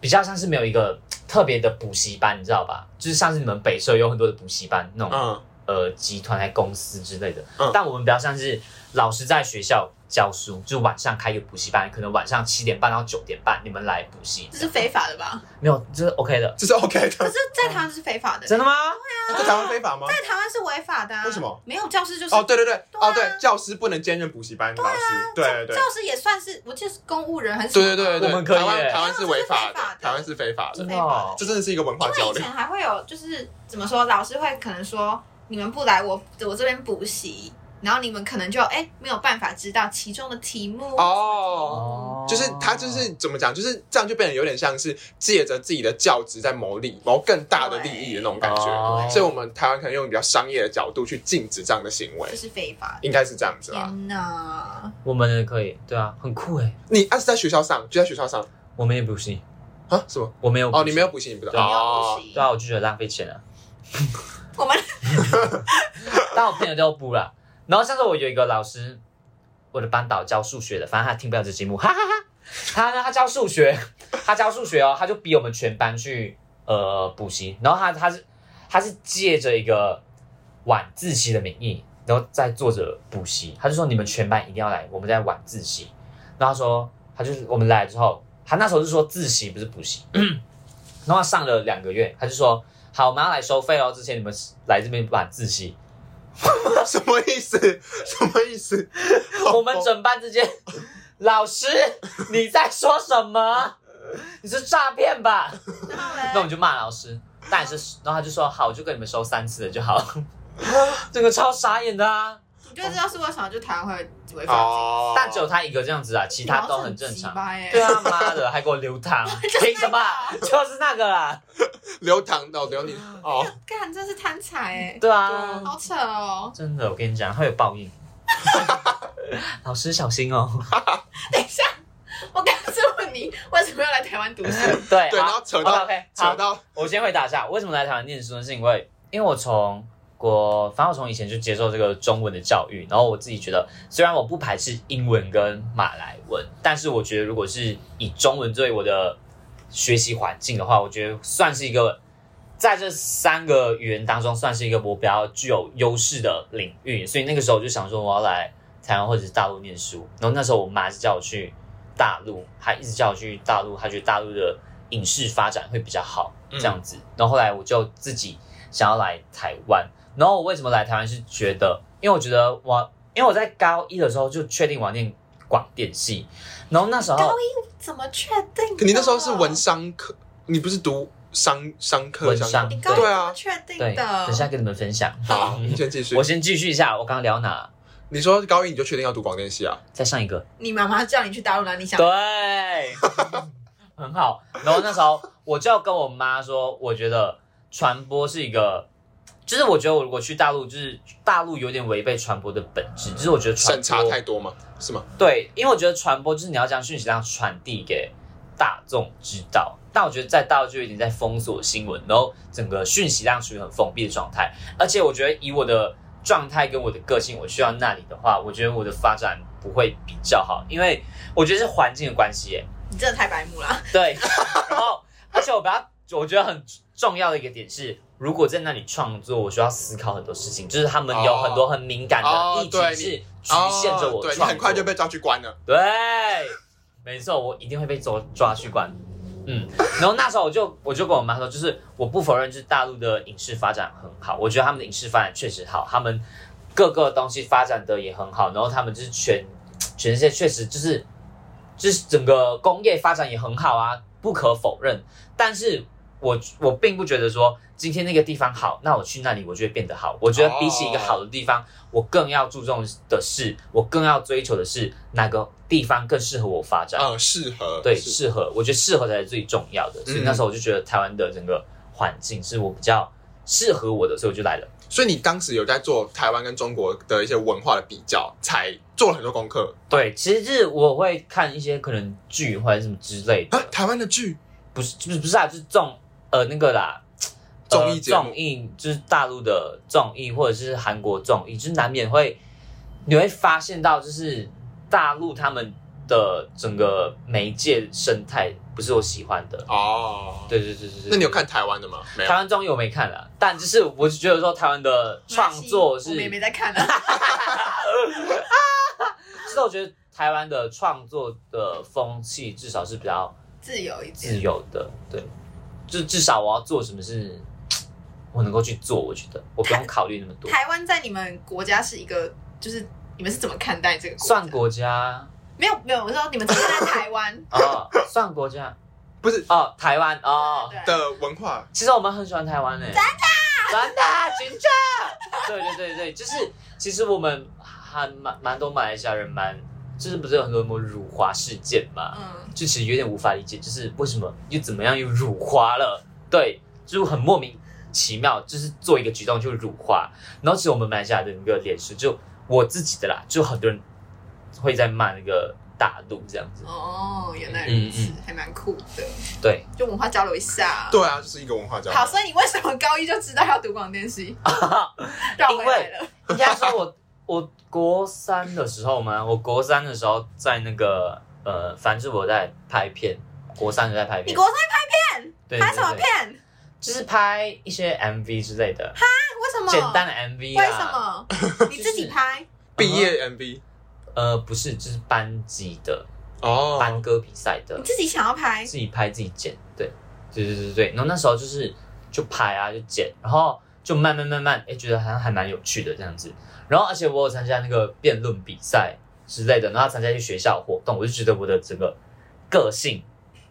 [SPEAKER 3] 比较像是没有一个特别的补习班，你知道吧？就是像是你们北社有很多的补习班那种、
[SPEAKER 2] 嗯，
[SPEAKER 3] 呃集团还公司之类的，
[SPEAKER 2] 嗯
[SPEAKER 3] 但我们比较像是老师在学校教书，就晚上开一个补习班，可能晚上七点半到九点半你们来补习，
[SPEAKER 1] 这是非法
[SPEAKER 2] (laughs)
[SPEAKER 1] 的吧？
[SPEAKER 3] 没有这是 OK 的，
[SPEAKER 2] 这是 OK (laughs)
[SPEAKER 1] 可
[SPEAKER 2] 的
[SPEAKER 1] 是。，在台湾是非法的，
[SPEAKER 3] 真的吗？
[SPEAKER 2] 在台湾非法吗？
[SPEAKER 1] 在台湾是违法的、啊。
[SPEAKER 2] 为什么？
[SPEAKER 1] 没有教师就是
[SPEAKER 2] 哦，对对对，
[SPEAKER 1] 啊
[SPEAKER 2] 哦对，教师不能兼任补习班老师，对对对啊
[SPEAKER 1] 教。师也算是，我记得是公务人还是什么
[SPEAKER 2] 对对对对，
[SPEAKER 3] 我们可以
[SPEAKER 2] 台湾
[SPEAKER 3] 耶
[SPEAKER 2] 台湾是违法
[SPEAKER 1] 因为这是非法的
[SPEAKER 2] 台湾是非法
[SPEAKER 1] 是
[SPEAKER 2] 的
[SPEAKER 1] 非，
[SPEAKER 3] 真的
[SPEAKER 1] 法
[SPEAKER 3] 哦
[SPEAKER 1] 的。
[SPEAKER 2] 这真的是一个文化
[SPEAKER 1] 因
[SPEAKER 2] 交
[SPEAKER 1] 为以
[SPEAKER 2] 流
[SPEAKER 1] 前。还会有，就是怎么说，老师会可能说，你们不来我我这边补习，然后你们可能就哎、没有办法知道其中的题目。
[SPEAKER 2] 哦，就是他就是
[SPEAKER 3] 哦
[SPEAKER 2] 怎么讲，就是这样就变得有点像是借着自己的教职在谋利，谋更大的利益的那种感觉。
[SPEAKER 3] 哦
[SPEAKER 2] 所以，我们台湾可能用比较商业的角度去禁止这样的行为
[SPEAKER 1] 这，是非法的。
[SPEAKER 2] 应该是这样子
[SPEAKER 3] 啊
[SPEAKER 2] 啦。
[SPEAKER 1] 天哪！
[SPEAKER 3] 我们的可以，对啊，很酷哎、
[SPEAKER 2] 你啊是在学校上，就在学校上
[SPEAKER 3] 我们也补习，
[SPEAKER 2] 啊？什么？
[SPEAKER 3] 我没有补习
[SPEAKER 2] 哦，你没有补习，你不知
[SPEAKER 3] 对
[SPEAKER 2] 道
[SPEAKER 3] 啊
[SPEAKER 1] 要
[SPEAKER 2] 哦
[SPEAKER 1] 补。习
[SPEAKER 3] 对啊，我就觉得浪费钱啊。
[SPEAKER 1] 我们
[SPEAKER 3] 但我朋友都不了。然后像是我有一个老师，我的班导教数学的，反正他听不了这节目，哈哈哈。他呢，他教数学，他教数学哦，他就逼我们全班去呃补习。然后他他是他是借着一个晚自习的名义，然后在做着补习。他就说你们全班一定要来，我们在晚自习。然后他说他就是我们来之后，他那时候是说自习不是补习。然后他上了两个月，他就说好，我们要来收费哦，之前你们来这边晚自习。
[SPEAKER 2] (laughs) 什么意思？什么意思？
[SPEAKER 3] (laughs) 我们整班之
[SPEAKER 2] (laughs)
[SPEAKER 3] 间，老师你在说什么？ (laughs) 你是诈骗吧？那我们就骂老师，
[SPEAKER 2] (laughs)
[SPEAKER 3] 但是然后他就说好，我就跟你们收三次的就好。整个超傻眼的啊！
[SPEAKER 1] 我觉得这就是为什么就台湾会违法。
[SPEAKER 2] 哦，
[SPEAKER 3] 但只有他一个这样子啊，其他都很正常。对
[SPEAKER 1] 对，
[SPEAKER 3] 啊，妈的，还给我留堂，凭什么？就是那个啦。
[SPEAKER 2] 留堂的留你
[SPEAKER 3] 啊
[SPEAKER 2] 哦，
[SPEAKER 1] 干真是贪财哎，
[SPEAKER 3] 对
[SPEAKER 2] 对
[SPEAKER 3] 啊
[SPEAKER 2] 啊，
[SPEAKER 1] 好扯哦！
[SPEAKER 3] 真的，我跟你讲，他有报应。老师小心哦。
[SPEAKER 1] 等一下，我刚刚是问你为什么要来台湾读书？
[SPEAKER 3] 对
[SPEAKER 2] 对，然后扯到
[SPEAKER 3] OK，
[SPEAKER 2] 扯到
[SPEAKER 3] 我先回答一下，为什么来台湾念书呢？是因为因为我从国，反正我从以前就接受这个中文的教育，然后我自己觉得，虽然我不排斥英文跟马来文，但是我觉得如果是以中文作为我的学习环境的话，我觉得算是一个在这三个语言当中算是一个我比较具有优势的领域，所以那个时候我就想说我要来台湾或者是大陆念书，然后那时候我妈是叫我去大陆，她一直叫我去大陆，她觉得大陆的影视发展会比较好
[SPEAKER 2] 嗯
[SPEAKER 3] 这样子，然后后来我就自己想要来台湾，然后我为什么来台湾是觉得，因为我觉得我因为我在高一的时候就确定我要念广电系，然后那时候
[SPEAKER 1] 高怎么确定的？
[SPEAKER 2] 你那时候是文商科，你不是读商商科
[SPEAKER 3] 文
[SPEAKER 2] 相
[SPEAKER 3] 商
[SPEAKER 2] 关
[SPEAKER 1] 你
[SPEAKER 3] 对
[SPEAKER 1] 高中
[SPEAKER 2] 对啊
[SPEAKER 1] 怎么确定
[SPEAKER 3] 对，
[SPEAKER 1] 的？
[SPEAKER 3] 等一下跟你们分享。
[SPEAKER 2] 好，你先继续
[SPEAKER 3] 我。先继续一下，我刚刚聊哪？
[SPEAKER 2] 你说高一你就确定要读广电系啊？
[SPEAKER 3] 再上一个，
[SPEAKER 1] 你妈妈叫你去大陆了，你想
[SPEAKER 3] 对，很好。然后那时候我就跟我妈说，我觉得传播是一个，就是我觉得我如果去大陆，就是大陆有点违背传播的本质，就是我觉得传
[SPEAKER 2] 审查
[SPEAKER 3] 播
[SPEAKER 2] 太多吗？是吗？
[SPEAKER 3] 对，因为我觉得传播就是你要将讯息量传递给大众知道，但我觉得在大陆就已经在封锁新闻，然后整个讯息量处于很封闭的状态，而且我觉得以我的状态跟我的个性，我去到那里的话，我觉得我的发展不会比较好，因为我觉得是环境的关系耶、
[SPEAKER 1] 你真的太白目了。
[SPEAKER 3] 对，然后而且我比较我觉得很重要的一个点是，如果在那里创作，我需要思考很多事情，就是他们有很多很敏感
[SPEAKER 2] 哦
[SPEAKER 3] 的议题
[SPEAKER 2] 对
[SPEAKER 3] 是局限着
[SPEAKER 2] 哦
[SPEAKER 3] 我
[SPEAKER 2] 对你
[SPEAKER 3] 创
[SPEAKER 2] 很快就
[SPEAKER 3] 作。
[SPEAKER 2] 被抓去关了。
[SPEAKER 3] 对，没错，我一定会被抓抓去关。嗯，然后那时候我就我就跟我妈说，就是我不否认，就是大陆的影视发展很好，我觉得他们的影视发展确实好，他们各个东西发展的也很好，然后他们就是全全世界确实就是就是整个工业发展也很好啊，不可否认。但是我我并不觉得说今天那个地方好，那我去那里我就会变得好。我觉得比起一个好的地方，我更要注重的是，我更要追求的是哪个地方更适合我发展。
[SPEAKER 2] 嗯，适合
[SPEAKER 3] 对，
[SPEAKER 2] 是嗯
[SPEAKER 3] 适合，我觉得适合才是最重要的。所以那时候我就觉得台湾的整个环境是我比较适合我的，所以我就来了。
[SPEAKER 2] 所以你当时有在做台湾跟中国的一些文化的比较，才做了很多功课
[SPEAKER 3] 对，其实就是我会看一些可能剧或者什么之类
[SPEAKER 2] 啊
[SPEAKER 3] 的。，
[SPEAKER 2] 台湾的剧
[SPEAKER 3] 不是不是不是啊，就是综呃那个啦，呃
[SPEAKER 2] 综艺节目
[SPEAKER 3] 综艺就是大陆的综艺或者是韩国综艺，就是难免会你会发现到就是大陆他们的整个媒介生态不是我喜欢的。
[SPEAKER 2] 哦。，
[SPEAKER 3] 对对对对对。
[SPEAKER 2] 那你有看台湾的吗？没有
[SPEAKER 3] 台。湾综艺我没看啦，但就是我就觉得说台湾的创作是
[SPEAKER 1] 我，们也没在看啊了。
[SPEAKER 3] (laughs) 就是我觉得台湾的创作的风气至少是比较
[SPEAKER 1] 自由一
[SPEAKER 3] 自
[SPEAKER 1] 点，
[SPEAKER 3] 由的，对，就至少我要做什么事，我能够去做，我觉得我不用考虑那么多。
[SPEAKER 1] 台湾在你们国家是一个，就是你们是怎么看待这个国家？
[SPEAKER 3] 算国家？
[SPEAKER 1] 没有没有，我说你们怎么看待台湾
[SPEAKER 3] 哦，算国家
[SPEAKER 2] 不是
[SPEAKER 3] 哦，台湾 (laughs) 哦。
[SPEAKER 1] 对对
[SPEAKER 2] 的文化，
[SPEAKER 3] 其实我们很喜欢台湾呢、真的真的群众，对对对对，就是其实我们还蛮蛮多马来西亚人蛮，就是不是有很多什么辱华事件嘛，
[SPEAKER 1] 嗯，
[SPEAKER 3] 就其实有点无法理解，就是为什么又怎么样又辱华了？对，就是很莫名其妙，就是做一个举动就辱华。然后其实我们马来西亚的那个脸书，就我自己的啦，就很多人会在骂那个大陆这样
[SPEAKER 1] (laughs)
[SPEAKER 3] 子。
[SPEAKER 1] 哦，原来如
[SPEAKER 3] 嗯
[SPEAKER 1] 此，还蛮酷的，
[SPEAKER 3] 对，
[SPEAKER 1] 就文化交流一下。
[SPEAKER 2] 对啊，就是一个文化交流。
[SPEAKER 1] 好，所以你为什么高一就知道要读广电
[SPEAKER 3] (laughs)
[SPEAKER 1] 系？绕回来了，
[SPEAKER 3] 应该说我我国三的时候嘛，我国三的时候在那个呃，反正我在拍片，国三就在拍
[SPEAKER 1] 你
[SPEAKER 3] 片
[SPEAKER 1] 国，三
[SPEAKER 3] 对
[SPEAKER 1] 拍什么？
[SPEAKER 3] 对对
[SPEAKER 1] 片？
[SPEAKER 3] 就是拍一些 MV 之类的，
[SPEAKER 1] 为什么？
[SPEAKER 3] 简单的 MV 啊。
[SPEAKER 1] 为什么？你自己
[SPEAKER 3] (laughs)
[SPEAKER 1] 拍？
[SPEAKER 2] 毕业 MV
[SPEAKER 3] 呃，不是，就是班级的
[SPEAKER 2] 哦，
[SPEAKER 3] 班歌比赛的
[SPEAKER 1] 你，自己想要拍？
[SPEAKER 3] 自己拍自己剪，对，对对对对。然后那时候就是就拍啊，就剪，然后就慢慢慢慢，哎、觉得好像还蛮有趣的这样子。然后而且我有参加那个辩论比赛之类的，然后参加一些学校活动，我就觉得我的整个个性。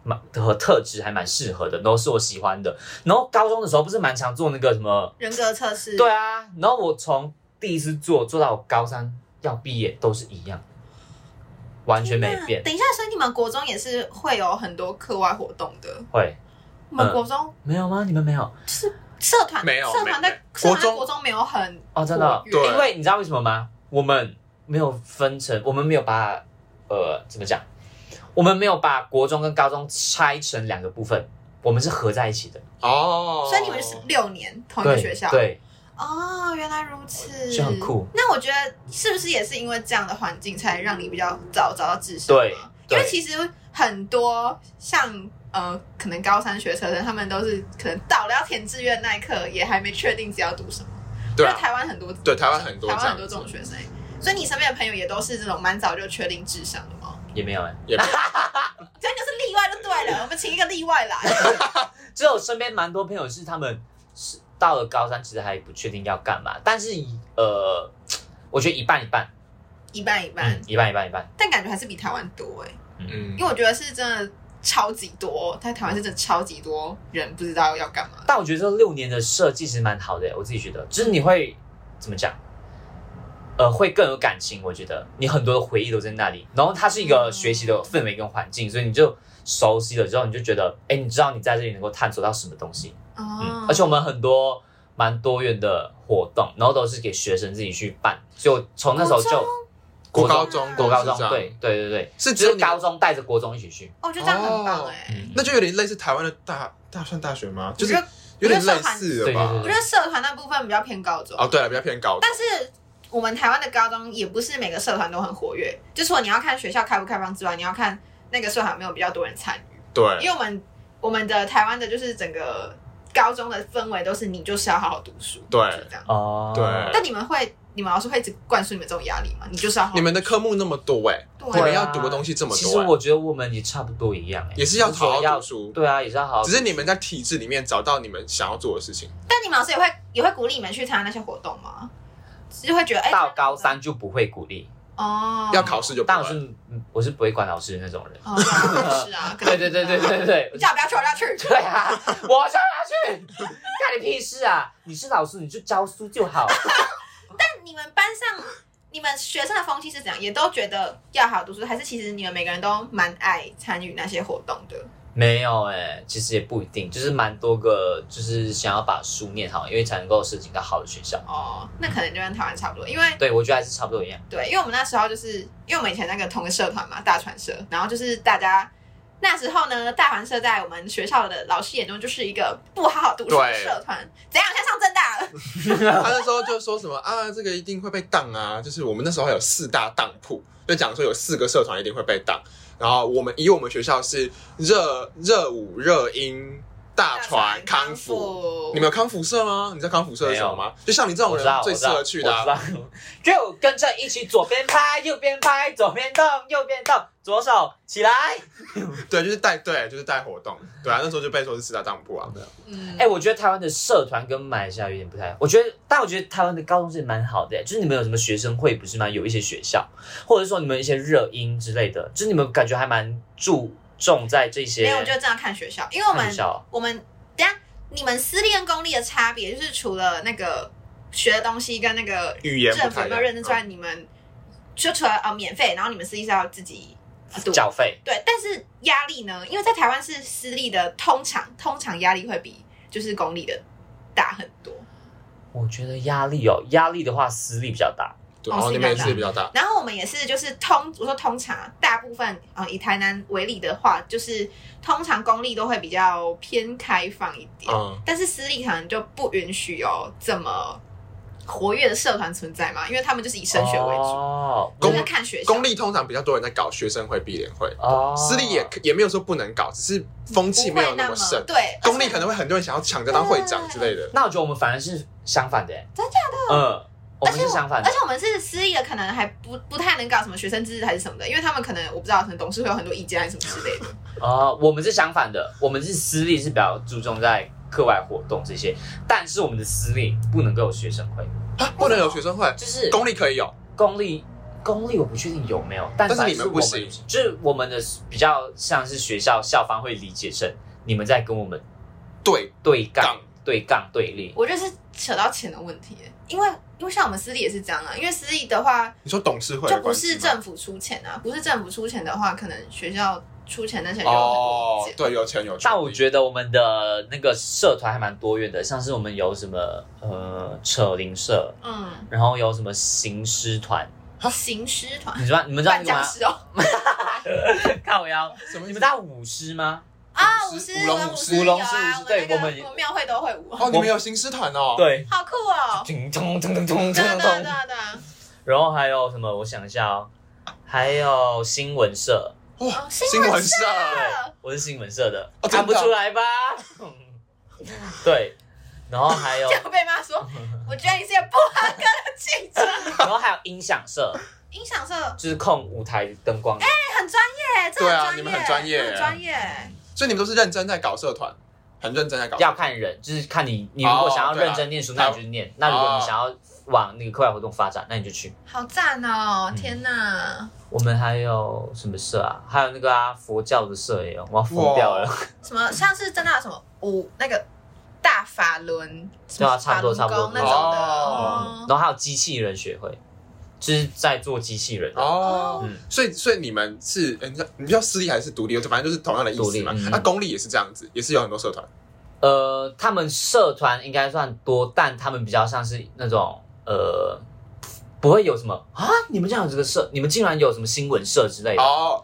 [SPEAKER 3] 蛮和特质还蛮适合的，然后是我喜欢的。然后高中的时候不是蛮常做那个什么
[SPEAKER 1] 人格测试？
[SPEAKER 3] 对啊，然后我从第一次做做到我高三要毕业都是一样，完全没变
[SPEAKER 1] 那。等一下，所以你们国中也是会有很多课外活动的。
[SPEAKER 3] 会
[SPEAKER 1] 我们国中
[SPEAKER 3] 没有吗？你们没有
[SPEAKER 1] 社团
[SPEAKER 2] 没有
[SPEAKER 1] 社团
[SPEAKER 2] 没没
[SPEAKER 1] 在社团
[SPEAKER 2] 国
[SPEAKER 1] 在
[SPEAKER 2] 中
[SPEAKER 1] 国中没有很
[SPEAKER 3] 哦？真的哦，
[SPEAKER 1] 活跃
[SPEAKER 2] 对
[SPEAKER 3] 因为你知道为什么吗？我们没有分成，我们没有把呃怎么讲？我们没有把国中跟高中拆成两个部分，我们是合在一起的。
[SPEAKER 2] 哦，
[SPEAKER 1] 所以你们是六年同一个
[SPEAKER 3] 对
[SPEAKER 1] 学校。
[SPEAKER 3] 对，
[SPEAKER 1] 哦，原来如此，
[SPEAKER 3] 就很酷。
[SPEAKER 1] 那我觉得是不是也是因为这样的环境，才让你比较早找到志向？
[SPEAKER 3] 对，
[SPEAKER 1] 因为
[SPEAKER 3] 对
[SPEAKER 1] 其实很多像呃，可能高三学车生，他们都是可能到了要填志愿那一刻，也还没确定自己要读什么。
[SPEAKER 2] 对
[SPEAKER 1] 因为
[SPEAKER 2] 啊，
[SPEAKER 1] 台湾很多，
[SPEAKER 2] 对台湾很多
[SPEAKER 1] 台湾很
[SPEAKER 2] 这样
[SPEAKER 1] 多
[SPEAKER 2] 子
[SPEAKER 1] 这种学生，所以你身边的朋友也都是这种蛮早就确定志向的吗？
[SPEAKER 3] 也没有哎。
[SPEAKER 2] 也
[SPEAKER 1] 这样就是例外就对了，我们请一个例
[SPEAKER 2] (laughs)
[SPEAKER 1] 外来。
[SPEAKER 3] 只有身边蛮多朋友是他们是到了高三，其实还不确定要干嘛，但是呃，我觉得一半一半，
[SPEAKER 1] 一半一半，
[SPEAKER 3] 嗯，一半一半一半，
[SPEAKER 1] 但感觉还是比台湾多哎、
[SPEAKER 2] 嗯
[SPEAKER 1] 因为我觉得是真的超级多，在台湾是真的超级多人不知道要干嘛。
[SPEAKER 3] 但我觉得这六年的设计其实蛮好的耶，我自己觉得，就是你会怎么讲，呃，会更有感情。我觉得你很多的回忆都在那里，然后它是一个学习的氛围跟环境，所以你就熟悉了之后，你就觉得，哎，你知道你在这里能够探索到什么东西。嗯
[SPEAKER 1] 哦，
[SPEAKER 3] 而且我们很多蛮多元的活动，然后都是给学生自己去办，所以我从那时候就
[SPEAKER 2] 国
[SPEAKER 3] 中
[SPEAKER 2] 高中
[SPEAKER 3] 国高
[SPEAKER 2] 都是这
[SPEAKER 3] 中，
[SPEAKER 2] 样
[SPEAKER 3] 对对对对，
[SPEAKER 2] 是只
[SPEAKER 3] 只
[SPEAKER 2] 有
[SPEAKER 3] 是
[SPEAKER 2] 你
[SPEAKER 3] 高中带着国中一起去，
[SPEAKER 1] 哦我觉得这样很棒哎、
[SPEAKER 3] 嗯，
[SPEAKER 2] 那就有点类似台湾的大大算大学吗？就是
[SPEAKER 1] 我觉得
[SPEAKER 2] 有点类似的
[SPEAKER 3] 对
[SPEAKER 1] 我
[SPEAKER 2] 吧
[SPEAKER 3] 对？
[SPEAKER 1] 觉得社团那部分比较偏高中，
[SPEAKER 2] 哦，对了，比较偏高中，
[SPEAKER 1] 但是我们台湾的高中也不是每个社团都很活跃，就除了你要看学校开不开放之外，你要看那个社团有没有比较多人参与。因
[SPEAKER 3] 嗯
[SPEAKER 2] 对，
[SPEAKER 1] 为我们我们的台湾的就是整个高中的氛围都是你就是要好好读书，
[SPEAKER 2] 对
[SPEAKER 1] 就是这样。
[SPEAKER 3] 哦，
[SPEAKER 2] 对
[SPEAKER 1] 但你们会，你们老师会一直灌输你们这种压力吗？你就是要好好
[SPEAKER 2] 你们的科目那么多哎，
[SPEAKER 1] 对
[SPEAKER 2] 你
[SPEAKER 1] 啊
[SPEAKER 2] 们要读的东西这么
[SPEAKER 3] 其实
[SPEAKER 2] 多哎，
[SPEAKER 3] 我觉得我们也差不多一样，哎，
[SPEAKER 2] 也是要
[SPEAKER 3] 就是说
[SPEAKER 2] 好好读书，
[SPEAKER 3] 对啊，也是要好好，
[SPEAKER 2] 只是你们在体制里面找到你们想要做的事情。
[SPEAKER 1] 但你们老师也会也会鼓励你们去参加那些活动吗？就会觉得哎，
[SPEAKER 3] 到高三就不会鼓励，
[SPEAKER 1] 哦，
[SPEAKER 2] 要考试就不
[SPEAKER 3] 但我
[SPEAKER 2] 会。
[SPEAKER 3] 是嗯我是不会管老师的那种人，
[SPEAKER 1] 哦，对啊是
[SPEAKER 3] (laughs)
[SPEAKER 1] 啊，可
[SPEAKER 3] 对
[SPEAKER 1] 能
[SPEAKER 3] 对对对对对 (laughs)
[SPEAKER 1] 你。叫我不要去，我不要去。
[SPEAKER 3] 对啊，我上哪去？干你屁事啊！你是老师，你就教书就好。
[SPEAKER 1] 但你们班上，你们学生的风气是怎样？也都觉得要好好读书，还是其实你们每个人都蛮爱参与那些活动的？
[SPEAKER 3] 没有哎、其实也不一定，就是蛮多个，就是想要把书念好，因为才能够申请到好的学校。
[SPEAKER 1] 哦，那可能就跟台湾差不多，因为
[SPEAKER 3] 对，我觉得还是差不多一样。
[SPEAKER 1] 对，因为我们那时候就是因为我们以前那个同个社团嘛，大传社，然后就是大家。那时候呢，大传社在我们学校的老师眼中就是一个不好好读书的
[SPEAKER 2] 对
[SPEAKER 1] 社团，怎样？像上正大
[SPEAKER 2] (laughs)
[SPEAKER 1] 了，
[SPEAKER 2] 他那时候就说什么啊，这个一定会被当啊，就是我们那时候有四大当铺，就讲说有四个社团一定会被当。然后我们以我们学校是热热舞、热音、大船、康复。
[SPEAKER 1] 复
[SPEAKER 2] 你们有康复社吗？你知道康复社是什么吗？就像你这种
[SPEAKER 3] 我知
[SPEAKER 2] 人
[SPEAKER 3] 道，
[SPEAKER 2] 最
[SPEAKER 3] 我知
[SPEAKER 2] 适
[SPEAKER 3] 道
[SPEAKER 2] 合去的、啊。
[SPEAKER 3] 我知道，就跟着一起左边拍，右边拍，左边动，右边动，左手起来。
[SPEAKER 2] 对，就是带对，就是带活动。对啊，那时候就被说是四大当铺啊。
[SPEAKER 1] 嗯，
[SPEAKER 3] 哎、我觉得台湾的社团跟马来西亚有点不太一样。我觉得，但我觉得台湾的高中是蛮好的、就是你们有什么学生会不是吗？有一些学校，或者说你们一些热音之类的，就是你们感觉还蛮注重在这些。
[SPEAKER 1] 没有，我觉得这样看学校，因为我
[SPEAKER 3] 看
[SPEAKER 1] 们
[SPEAKER 3] 学校
[SPEAKER 1] 我们等一下你们私立跟公立的差别，就是除了那个学的东西跟那个
[SPEAKER 2] 语言不
[SPEAKER 1] 政府
[SPEAKER 2] 太
[SPEAKER 1] 有
[SPEAKER 2] 一
[SPEAKER 1] 没
[SPEAKER 2] 样
[SPEAKER 1] 有认真之外，你们就除了呃免费，然后你们私立是要自己呃读。
[SPEAKER 3] 缴费。
[SPEAKER 1] 对，但是压力呢？因为在台湾是私立的，通常通常压力会比就是公立的大很多。
[SPEAKER 3] 我觉得压力哦，压力的话，私立比较大。
[SPEAKER 2] 对，
[SPEAKER 1] 哦
[SPEAKER 2] 然后
[SPEAKER 1] 四
[SPEAKER 2] 那
[SPEAKER 1] 大
[SPEAKER 2] 边
[SPEAKER 1] 当
[SPEAKER 2] 是比较大。
[SPEAKER 1] 然后我们也是，就是通我说通常啊大部分啊、呃以台南为例的话，就是通常公立都会比较偏开放一点，
[SPEAKER 2] 嗯
[SPEAKER 1] 但是私立可能就不允许有这么活跃的社团存在嘛，因为他们就是以升学为主，
[SPEAKER 3] 哦，
[SPEAKER 1] 就
[SPEAKER 2] 公
[SPEAKER 1] 是看学校。
[SPEAKER 2] 公立通常比较多人在搞学生会、毕联会，
[SPEAKER 3] 哦，
[SPEAKER 2] 私立也也没有说不能搞，只是风气
[SPEAKER 1] 不
[SPEAKER 2] 没
[SPEAKER 1] 会
[SPEAKER 2] 有那
[SPEAKER 1] 那
[SPEAKER 2] 么盛。
[SPEAKER 1] 对，
[SPEAKER 2] 公立可能会很多人想要抢着当会长之类的。
[SPEAKER 3] 那我觉得我们反而是相反的耶，
[SPEAKER 1] 真
[SPEAKER 3] 假的？嗯，我们是相反的
[SPEAKER 1] 而且。我们是私立的，可能还不不太能搞什么学生自治还是什么的，因为他们可能我不知道，可能董事会有很多意见还是什么之类的。
[SPEAKER 3] 哦，我们是相反的，我们是私立是比较注重在课外活动这些，但是我们的私立不能够有学生会，
[SPEAKER 2] 啊，不能有学生会，
[SPEAKER 3] 就是
[SPEAKER 2] 公立可以有。
[SPEAKER 3] 公立。公立我不确定有没有，但
[SPEAKER 2] 但是
[SPEAKER 3] 反
[SPEAKER 2] 你
[SPEAKER 3] 正
[SPEAKER 2] 们
[SPEAKER 3] 是我
[SPEAKER 2] 不
[SPEAKER 3] 们
[SPEAKER 2] 行
[SPEAKER 3] 就是我们的比较像是学校校方会理解成你们在跟我们
[SPEAKER 2] 对，
[SPEAKER 3] 对杠
[SPEAKER 2] 杠、
[SPEAKER 3] 对杠、对立。
[SPEAKER 1] (laughs) 我就是扯到钱的问题耶，因为因为像我们私立也是这样啊，因为私立的话
[SPEAKER 2] 你说董事会
[SPEAKER 1] 就
[SPEAKER 2] 的
[SPEAKER 1] 不
[SPEAKER 2] 关系
[SPEAKER 1] 是
[SPEAKER 2] 吗
[SPEAKER 1] 政府出钱啊，不是政府出钱的话，可能学校出钱那些就有很多
[SPEAKER 2] 哦
[SPEAKER 1] 意见，
[SPEAKER 2] 对，有钱有权利。
[SPEAKER 3] 但我觉得我们的那个社团还蛮多元的，像是我们有什么呃扯铃社，
[SPEAKER 1] 嗯，
[SPEAKER 3] 然后有什么行尸团，
[SPEAKER 1] 行尸团
[SPEAKER 3] 你知道你们知道
[SPEAKER 1] 办
[SPEAKER 3] 那个
[SPEAKER 1] 僵
[SPEAKER 3] 吗？
[SPEAKER 1] 尸哦，
[SPEAKER 3] 靠腰，
[SPEAKER 2] 什么意思
[SPEAKER 3] 你们知道舞狮吗？
[SPEAKER 1] 啊，
[SPEAKER 2] 舞
[SPEAKER 1] 舞
[SPEAKER 2] 狮
[SPEAKER 1] 狮
[SPEAKER 2] 舞龙
[SPEAKER 1] 我们
[SPEAKER 2] 舞
[SPEAKER 1] 舞
[SPEAKER 2] 狮
[SPEAKER 1] 狮有
[SPEAKER 3] 舞龙是
[SPEAKER 1] 啊
[SPEAKER 3] 舞狮，对
[SPEAKER 1] 我
[SPEAKER 3] 我们
[SPEAKER 1] 们那个我庙会都会舞，啊
[SPEAKER 2] 哦，你们有行尸团哦？，
[SPEAKER 3] 对，
[SPEAKER 1] 好酷
[SPEAKER 3] (laughs)
[SPEAKER 1] 哦，
[SPEAKER 3] 咚咚咚咚咚
[SPEAKER 1] 对啊
[SPEAKER 3] 咚
[SPEAKER 1] 对啊对
[SPEAKER 3] 咚。
[SPEAKER 1] 啊对啊，
[SPEAKER 3] 然后还有什么？我想一下哦，还有新闻社，
[SPEAKER 2] 哇，
[SPEAKER 1] 哦
[SPEAKER 2] 新
[SPEAKER 1] 新
[SPEAKER 2] 闻
[SPEAKER 1] 闻
[SPEAKER 2] 社
[SPEAKER 1] 社，啊
[SPEAKER 3] (laughs) 我是新闻社的，
[SPEAKER 2] 哦真的
[SPEAKER 3] 看不出来吧？
[SPEAKER 2] (laughs)
[SPEAKER 3] 对，然后还有
[SPEAKER 1] 这， (laughs) 样被骂说，我觉得你是个不合格的记者，
[SPEAKER 3] 然后还有音响社，
[SPEAKER 1] 音响社
[SPEAKER 3] 就是控舞台灯光的。
[SPEAKER 1] 哎很专业，这
[SPEAKER 2] 对啊
[SPEAKER 1] 很
[SPEAKER 2] 你们很专业
[SPEAKER 1] 这很专业，
[SPEAKER 2] 所以你们都是认真在搞社团，很认真在搞。
[SPEAKER 3] 要看人，就是看你，你如果想要认真念书，
[SPEAKER 2] 对啊
[SPEAKER 3] 那你就念；那如果你想要往那个课外活动发展，那你就去。
[SPEAKER 1] 好赞哦，
[SPEAKER 3] 嗯
[SPEAKER 1] 天哪，
[SPEAKER 3] 我们还有什么社啊？还有那个啊，佛教的社也有，我要疯掉了。
[SPEAKER 1] 什么像是真的有什么舞那个大法轮，
[SPEAKER 3] 对啊，差不多
[SPEAKER 1] 法轮
[SPEAKER 3] 差不多
[SPEAKER 1] 功那种的，
[SPEAKER 2] 哦
[SPEAKER 1] 哦
[SPEAKER 3] (laughs) 然后还有机器人学会，就是在做机器人的。
[SPEAKER 2] 哦
[SPEAKER 3] 嗯，
[SPEAKER 2] 所以所以你们是，呃你知道你们叫私立还是独立？就反正就是同样的意思嘛
[SPEAKER 3] 独立。嗯
[SPEAKER 2] 那公立也是这样子，也是有很多社团。
[SPEAKER 3] 呃，他们社团应该算多，但他们比较像是那种呃，不会有什么啊，你们这样有这个社，你们竟然有什么新闻社之类的，
[SPEAKER 2] 哦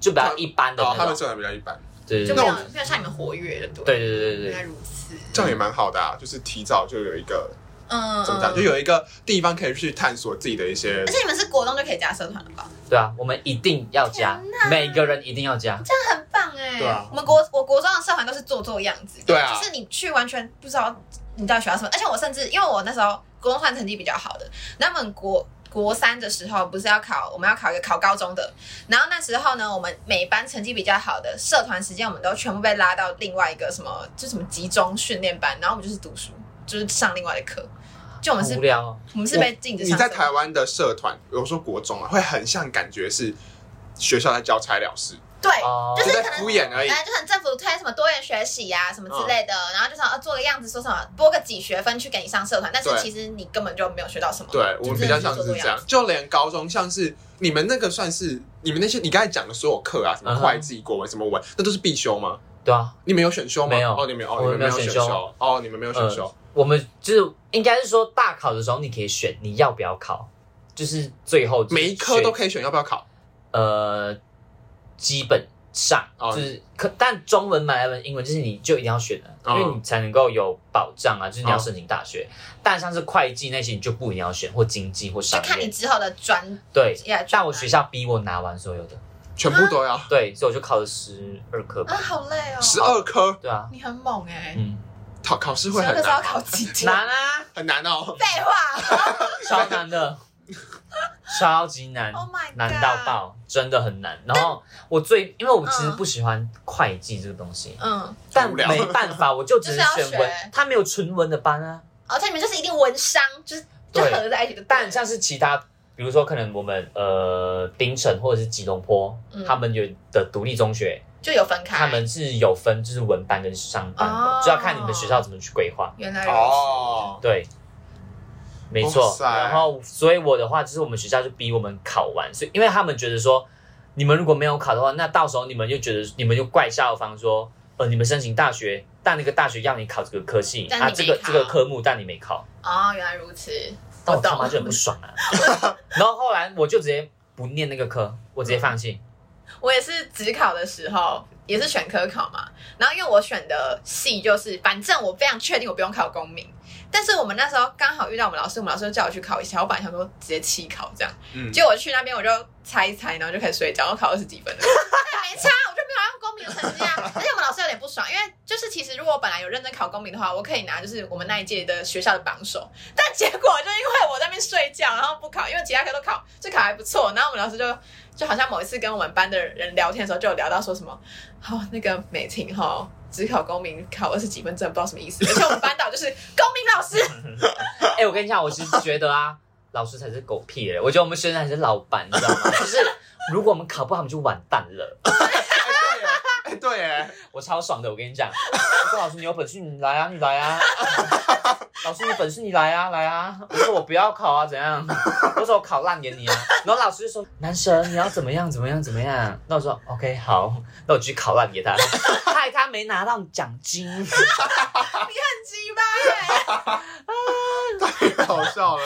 [SPEAKER 3] 就比较一般的
[SPEAKER 2] 哦，他
[SPEAKER 3] 那
[SPEAKER 2] 们
[SPEAKER 3] 种。
[SPEAKER 2] 社团比较一般，
[SPEAKER 3] 对
[SPEAKER 1] 就
[SPEAKER 3] 对
[SPEAKER 1] 没
[SPEAKER 3] 对
[SPEAKER 1] 有没有像你们活跃的多，
[SPEAKER 3] 对对对
[SPEAKER 1] 原来
[SPEAKER 3] 对，
[SPEAKER 1] 如此，
[SPEAKER 2] 这样也蛮好的啊，就是提早就有一个
[SPEAKER 1] 嗯
[SPEAKER 2] 怎么讲，就有一个地方可以去探索自己的一些
[SPEAKER 1] 而。且你们是国中就可以加社团了吧？
[SPEAKER 3] 对啊，我们一定要加
[SPEAKER 1] 天，哪
[SPEAKER 3] 每个人一定要加。
[SPEAKER 1] 很棒哎、
[SPEAKER 2] 对啊
[SPEAKER 1] 我们国我国中的社团都是做做样子的，
[SPEAKER 2] 对啊
[SPEAKER 1] 就是你去完全不知道你到底学到什么，而且我甚至因为我那时候国中算成绩比较好的，那么国。国三的时候不是要考，我们要考一个考高中的，然后那时候呢，我们每班成绩比较好的社团时间，我们都全部被拉到另外一个什么，就什么集中训练班，然后我们就是读书，就是上另外的课，就我们是
[SPEAKER 3] 无聊哦，
[SPEAKER 1] 我们是被禁止
[SPEAKER 2] 你
[SPEAKER 1] 上
[SPEAKER 2] 在
[SPEAKER 1] 社
[SPEAKER 2] 台湾的社团，有时候国中啊，会很像感觉是学校在交差了事，
[SPEAKER 1] 对，
[SPEAKER 3] 哦
[SPEAKER 1] 哎就是
[SPEAKER 2] 在
[SPEAKER 1] 可能
[SPEAKER 2] 敷衍而已。
[SPEAKER 1] 哎，就很政府推什么多元学习呀、什么之类的，
[SPEAKER 3] 嗯
[SPEAKER 1] 然后就想、啊、做个样子，说什么拨个几学分去给你上社团，但是
[SPEAKER 2] 对
[SPEAKER 1] 其实你根本就没有学到什么。
[SPEAKER 2] 对，我们比较像是
[SPEAKER 1] 就真的是做
[SPEAKER 2] 这
[SPEAKER 1] 这样
[SPEAKER 2] 样，就连高中像是你们那个算是你们那些你刚才讲的所有课啊，什么
[SPEAKER 3] 嗯哼
[SPEAKER 2] 会计、国文、什么文，那都是必修吗？
[SPEAKER 3] 对啊，
[SPEAKER 2] 你们有选修吗？
[SPEAKER 3] 没有
[SPEAKER 2] 哦，你们哦，
[SPEAKER 3] 我
[SPEAKER 2] 你们
[SPEAKER 3] 们
[SPEAKER 2] 没有
[SPEAKER 3] 没有选
[SPEAKER 2] 修
[SPEAKER 3] 修
[SPEAKER 2] 哦，你们没有选修，
[SPEAKER 3] 我们就是应该是说大考的时候，你可以选你要不要考，就是最后就是
[SPEAKER 2] 每一科都
[SPEAKER 3] 选
[SPEAKER 2] 可以选要不要考
[SPEAKER 3] 呃，基本上
[SPEAKER 2] 哦
[SPEAKER 3] 就是可，但中文、马来文、英文就是你就一定要选的，
[SPEAKER 2] 哦
[SPEAKER 3] 因为你才能够有保障啊，就是你要申请大学。但像是会计那些，你就不一定要选，或经济或
[SPEAKER 1] 就
[SPEAKER 3] 商
[SPEAKER 1] 看你
[SPEAKER 3] 业。
[SPEAKER 1] 之后的专
[SPEAKER 3] 对，
[SPEAKER 1] 业。
[SPEAKER 3] 但我学校逼我拿完所有的，
[SPEAKER 2] 全部都要
[SPEAKER 3] 对，所以我就考了十二科
[SPEAKER 1] 啊，
[SPEAKER 3] 吧。
[SPEAKER 1] 好累哦，
[SPEAKER 2] 十二科，
[SPEAKER 3] 对啊，
[SPEAKER 1] 你很猛哎、欸，
[SPEAKER 2] (laughs)
[SPEAKER 3] 嗯，
[SPEAKER 2] 考考试会
[SPEAKER 1] 十二
[SPEAKER 2] 很
[SPEAKER 1] 个是要
[SPEAKER 2] 难吗，
[SPEAKER 1] 考几天？
[SPEAKER 3] 难啊，
[SPEAKER 2] 很难哦。
[SPEAKER 1] (laughs) 废话
[SPEAKER 3] 超难的，
[SPEAKER 2] (laughs)
[SPEAKER 3] 超级难。
[SPEAKER 2] 哦
[SPEAKER 1] ，Oh my god，
[SPEAKER 3] 难到。爆，真的很难。然后我最，因为我其实
[SPEAKER 1] 嗯
[SPEAKER 3] 不喜欢会计这个东西，
[SPEAKER 1] 嗯，
[SPEAKER 3] 但
[SPEAKER 2] 无聊
[SPEAKER 3] 没办法，我就只
[SPEAKER 1] 就是要
[SPEAKER 3] 选
[SPEAKER 1] 学
[SPEAKER 3] 文，他没有纯文的班啊。
[SPEAKER 1] 而且哦你们就是一定文商，就是就
[SPEAKER 3] 对
[SPEAKER 1] 合在一起的。
[SPEAKER 3] 但像是其他，比如说可能我们呃槟城或者是吉隆坡，
[SPEAKER 1] 嗯
[SPEAKER 3] 他们有的独立中学，
[SPEAKER 1] 就有分开。
[SPEAKER 3] 他们是有分就是文班跟商班的
[SPEAKER 1] 哦，
[SPEAKER 3] 就要看你们学校怎么去规划。
[SPEAKER 1] 原来如此。
[SPEAKER 2] 哦，
[SPEAKER 3] 对。没
[SPEAKER 2] 哇
[SPEAKER 3] 错，
[SPEAKER 2] 塞
[SPEAKER 3] 然后所以我的话就是我们学校就逼我们考完，所以因为他们觉得说，你们如果没有考的话，那到时候你们就觉得你们就怪校方说，呃，你们申请大学，但那个大学要你考这个科系，
[SPEAKER 1] 但
[SPEAKER 3] 啊
[SPEAKER 1] 你没
[SPEAKER 3] 这个
[SPEAKER 1] 考
[SPEAKER 3] 这个科目，但你没考，
[SPEAKER 1] 哦，原来如此。
[SPEAKER 3] 但我
[SPEAKER 1] 懂
[SPEAKER 3] 他妈就很不爽啊。 (laughs) 然后后来我就直接不念那个科，我直接
[SPEAKER 1] (laughs)
[SPEAKER 3] 放弃。
[SPEAKER 1] 我也是只考的时候，也是选科考嘛。然后因为我选的系就是，反正我非常确定我不用考公民。但是我们那时候刚好遇到我们老师，我们老师就叫我去考一下。我本来想说直接弃考这样，
[SPEAKER 2] 嗯，
[SPEAKER 1] 结果我去那边我就猜一猜，然后就开始睡觉，我考二十几 (laughs) 分了，但也哎没差，我就没有用公民的成绩啊。而且我们老师有点不爽，因为就是其实如果我本来有认真考公民的话，我可以拿就是我们那一届的学校的榜首，但结果就因为我在那边睡觉，然后不考，因为其他科都考，就考还不错。然后我们老师就就好像某一次跟我们班的人聊天的时候，就有聊到说什么，哦，那个美婷哈、哦。只考公民考二十几分，真的不知道什么意思。而且我们班导就是公民老师，
[SPEAKER 3] 哎、我跟你讲，我其实觉得啊， (laughs) 老师才是狗屁嘞，我觉得我们学生才是老板，你知道吗？ (laughs) 就是如果我们考不好，我们就完蛋了。
[SPEAKER 2] 哎对耶，哎对耶，
[SPEAKER 3] 我超爽的，我跟你讲，我说老师你有本事你来啊，你来啊，老师，你本事你来啊，来啊！我说我不要考啊，怎样？我说我考烂给你啊。然后老师就说，男神你要怎么样，怎么样，怎么样？那我说 OK 好，那我去考烂给他，害他没拿到奖金。
[SPEAKER 1] 很鸡巴欸。 (laughs)
[SPEAKER 2] 太好笑了。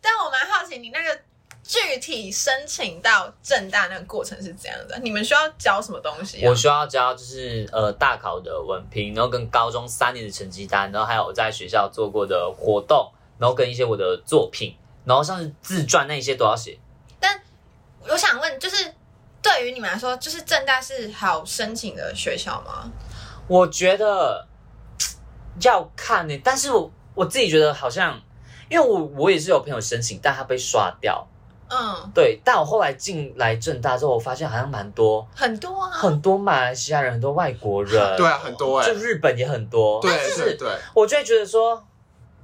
[SPEAKER 1] 但我蛮好奇你那个。具体申请到正大那个过程是怎样的？你们需要教什么东西、啊？
[SPEAKER 3] 我需要交就是呃大考的文凭，然后跟高中三年的成绩单，然后还有我在学校做过的活动，然后跟一些我的作品，然后像是自传那一些都要写。
[SPEAKER 1] 我想问，就是对于你们来说，就是正大是好申请的学校吗？
[SPEAKER 3] 我觉得要看呢、但是我我自己觉得好像，因为我我也是有朋友申请，但他被刷掉。
[SPEAKER 1] 嗯，
[SPEAKER 3] 对，但我后来进来正大之后，我发现好像蛮多
[SPEAKER 1] 很多啊，
[SPEAKER 3] 很多马来西亚人，很多外国人，
[SPEAKER 2] (laughs) 对啊，很多哎、
[SPEAKER 3] 就日本也很多。
[SPEAKER 2] 对
[SPEAKER 3] 哦但
[SPEAKER 2] 对
[SPEAKER 3] 是
[SPEAKER 2] 对，
[SPEAKER 3] 我就会觉得说，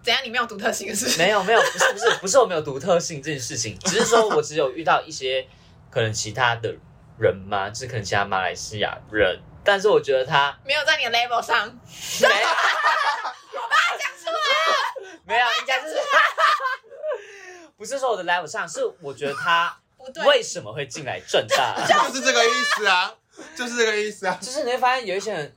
[SPEAKER 1] 怎样？你没有独特性是不是？
[SPEAKER 3] 没有没有，不是不是不是我没有独特性这件事情，只是说我只有遇到一些可能其他的人嘛，就是可能其他马来西亚人，但是我觉得他
[SPEAKER 1] 没有在你的 level 上，
[SPEAKER 3] (laughs) 没，我爸讲出来，没有，应该就是， (laughs) 不是说我的 level 上，是我觉得 (laughs) 他
[SPEAKER 1] 不对，
[SPEAKER 3] 为什么会进来正大，
[SPEAKER 2] 就是这个意思啊，就是这个意思啊。
[SPEAKER 3] (laughs) 就是你会发现有一些人，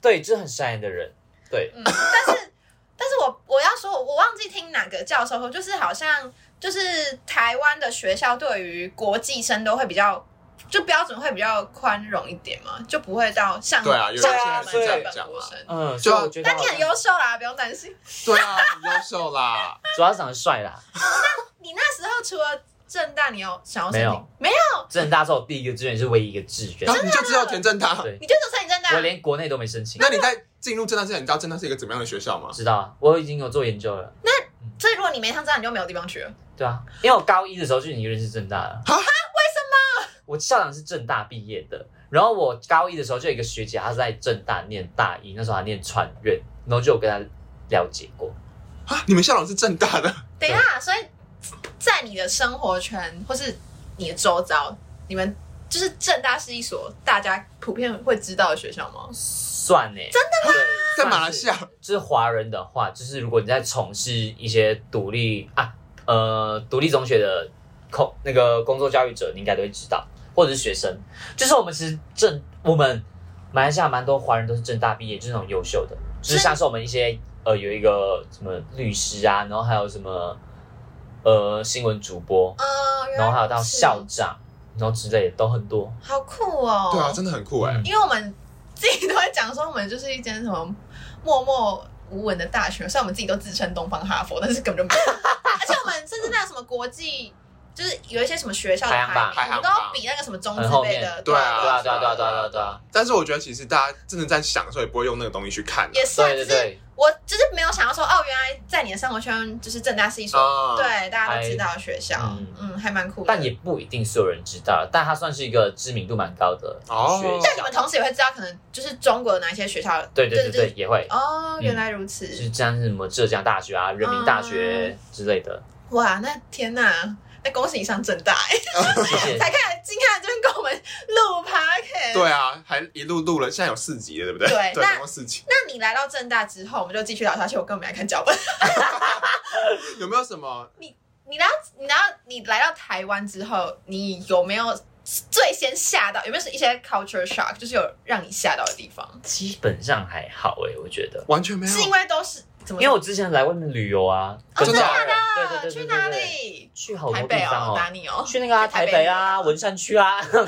[SPEAKER 3] 对，就是很善良的人，对，
[SPEAKER 1] 嗯，但是 (laughs) 但是我我要说，我忘记听哪个教授说，就是好像就是台湾的学校对于国际生都会比较。就标准会比较宽容一点嘛，就不会到像
[SPEAKER 2] 对啊有
[SPEAKER 1] 像
[SPEAKER 3] 些
[SPEAKER 1] 我们
[SPEAKER 3] 是这样
[SPEAKER 1] 本
[SPEAKER 2] 讲
[SPEAKER 1] 国
[SPEAKER 2] 啊
[SPEAKER 1] 生。
[SPEAKER 3] 嗯，
[SPEAKER 2] 就
[SPEAKER 3] 所以我觉得
[SPEAKER 1] 但
[SPEAKER 3] 好
[SPEAKER 1] 你
[SPEAKER 3] 像
[SPEAKER 1] 很优秀啦，不用担心。
[SPEAKER 2] 对啊，很优秀啦。
[SPEAKER 3] 主要是长得帅啦，
[SPEAKER 1] 你那时候除了正大，你有想要申
[SPEAKER 3] 没有
[SPEAKER 1] 请？没有，
[SPEAKER 3] 正大是我第一个志愿，是唯一一个志愿
[SPEAKER 2] 然，后你就知道填正大。
[SPEAKER 3] 对
[SPEAKER 1] 你就只申请啊正大
[SPEAKER 3] 我。连国内都没申请
[SPEAKER 2] 那，你在进入正大之前，你知道正大是一个怎么样的学校吗？
[SPEAKER 3] 知道啊，我已经有做研究了，
[SPEAKER 1] 所以如果你没上正大，你就没有地方去了。
[SPEAKER 3] 对啊，因为我高一的时候就已经认识正大了。啊？为什么？我校长是正大毕业的，然后我高一的时候就有一个学姐，她是在正大念大一，那时候她念传院，然后就有跟她了解过。
[SPEAKER 2] 啊，你们校长是正大的，
[SPEAKER 1] 等一下，所以在你的生活圈或是你的周遭，你们就是正大是一所大家普遍会知道的学校吗？
[SPEAKER 3] 算欸呢、真的吗？
[SPEAKER 2] 在马来西
[SPEAKER 3] 算
[SPEAKER 2] 亚
[SPEAKER 3] 是，就是华人的话，就是如果你在从事一些独立啊，呃，独立中学的工那个工作教育者，你应该都会知道，或者是学生，就是我们其实正我们马来西亚蛮多华人都是正大毕业，就是那种优秀的，就是
[SPEAKER 1] 是
[SPEAKER 3] 像是我们一些呃有一个什么律师啊，然后还有什么呃新闻主播，
[SPEAKER 1] 嗯，原来
[SPEAKER 3] 然后还有到
[SPEAKER 1] 是
[SPEAKER 3] 校长，然后之类的都很多。
[SPEAKER 1] 好酷哦。
[SPEAKER 2] 对啊，真的很酷哎、
[SPEAKER 3] 嗯
[SPEAKER 1] 因为我们自己都会讲说，我们就是一间什么默默无闻的大学，虽然我们自己都自称东方哈佛，但是根本就没有。而且我们甚至那什么国际，就是有一些什么学校的
[SPEAKER 3] 排行榜
[SPEAKER 1] 排名，我们都
[SPEAKER 2] 排行榜
[SPEAKER 1] 要比那个什么中
[SPEAKER 3] 很
[SPEAKER 1] 字
[SPEAKER 3] 后
[SPEAKER 1] 辈
[SPEAKER 3] 面
[SPEAKER 1] 的。
[SPEAKER 2] 对啊
[SPEAKER 3] 对啊，对啊，对啊，对啊，对啊，对啊，
[SPEAKER 2] 但是我觉得其实大家真的在想的时候，也不会用那个东西去看
[SPEAKER 1] 也是啊，
[SPEAKER 3] 对
[SPEAKER 1] 只
[SPEAKER 3] 对
[SPEAKER 1] 是
[SPEAKER 3] 对。
[SPEAKER 1] 我就是没有想到说，哦，原来在你的生活圈就是正大是一所、
[SPEAKER 2] 啊。，
[SPEAKER 1] 对大家都知道的学校，
[SPEAKER 3] 嗯
[SPEAKER 1] 嗯还蛮酷的。
[SPEAKER 3] 但也不一定所有人知道，但它算是一个知名度蛮高的
[SPEAKER 2] 哦
[SPEAKER 3] 学
[SPEAKER 1] 但你们
[SPEAKER 3] 校。
[SPEAKER 1] 同时也会知道，可能就是中国的哪一些学校，
[SPEAKER 3] 对对对
[SPEAKER 1] 就是
[SPEAKER 3] 对，也会，
[SPEAKER 1] 哦，
[SPEAKER 3] 嗯
[SPEAKER 1] 原来如此，
[SPEAKER 3] 就是像是什么浙江大学啊、人民大学之类的。
[SPEAKER 1] 哇，那天呐，那恭喜你上正大、欸，
[SPEAKER 3] 谢谢。
[SPEAKER 1] 才看近看就跟我们录 p o d c a
[SPEAKER 2] 对啊，还一路录了，现在有四集了，对不对？
[SPEAKER 1] 对
[SPEAKER 2] 对，
[SPEAKER 1] 那
[SPEAKER 2] 总共四集。
[SPEAKER 1] 那你来到正大之后，我们就继续聊下去。我根本没来看脚本。
[SPEAKER 2] 有没有什么？
[SPEAKER 1] (laughs) 你来到你来到你来到台湾之后，你有没有最先吓到？有没有一些 culture shock，就是有让你吓到的地方？
[SPEAKER 3] 基本上还好欸诶、我觉得，
[SPEAKER 2] 完全没有
[SPEAKER 1] 是。因为都是怎么？
[SPEAKER 3] 因为我之前来外面旅游啊，
[SPEAKER 1] 哦
[SPEAKER 3] 跟
[SPEAKER 2] 真的
[SPEAKER 3] 家
[SPEAKER 2] 啊
[SPEAKER 3] 人，对对对
[SPEAKER 1] 去
[SPEAKER 3] 对
[SPEAKER 1] 哪
[SPEAKER 3] 对对，
[SPEAKER 1] 里？
[SPEAKER 3] 去好
[SPEAKER 1] 台
[SPEAKER 3] 多
[SPEAKER 1] 北
[SPEAKER 3] 地方
[SPEAKER 1] 哦，打
[SPEAKER 3] 哦，
[SPEAKER 1] 你哦。
[SPEAKER 3] 去那个啊
[SPEAKER 1] 去台
[SPEAKER 3] 台
[SPEAKER 1] 北
[SPEAKER 3] 北啊、文山区
[SPEAKER 1] (laughs)
[SPEAKER 3] 啊，开玩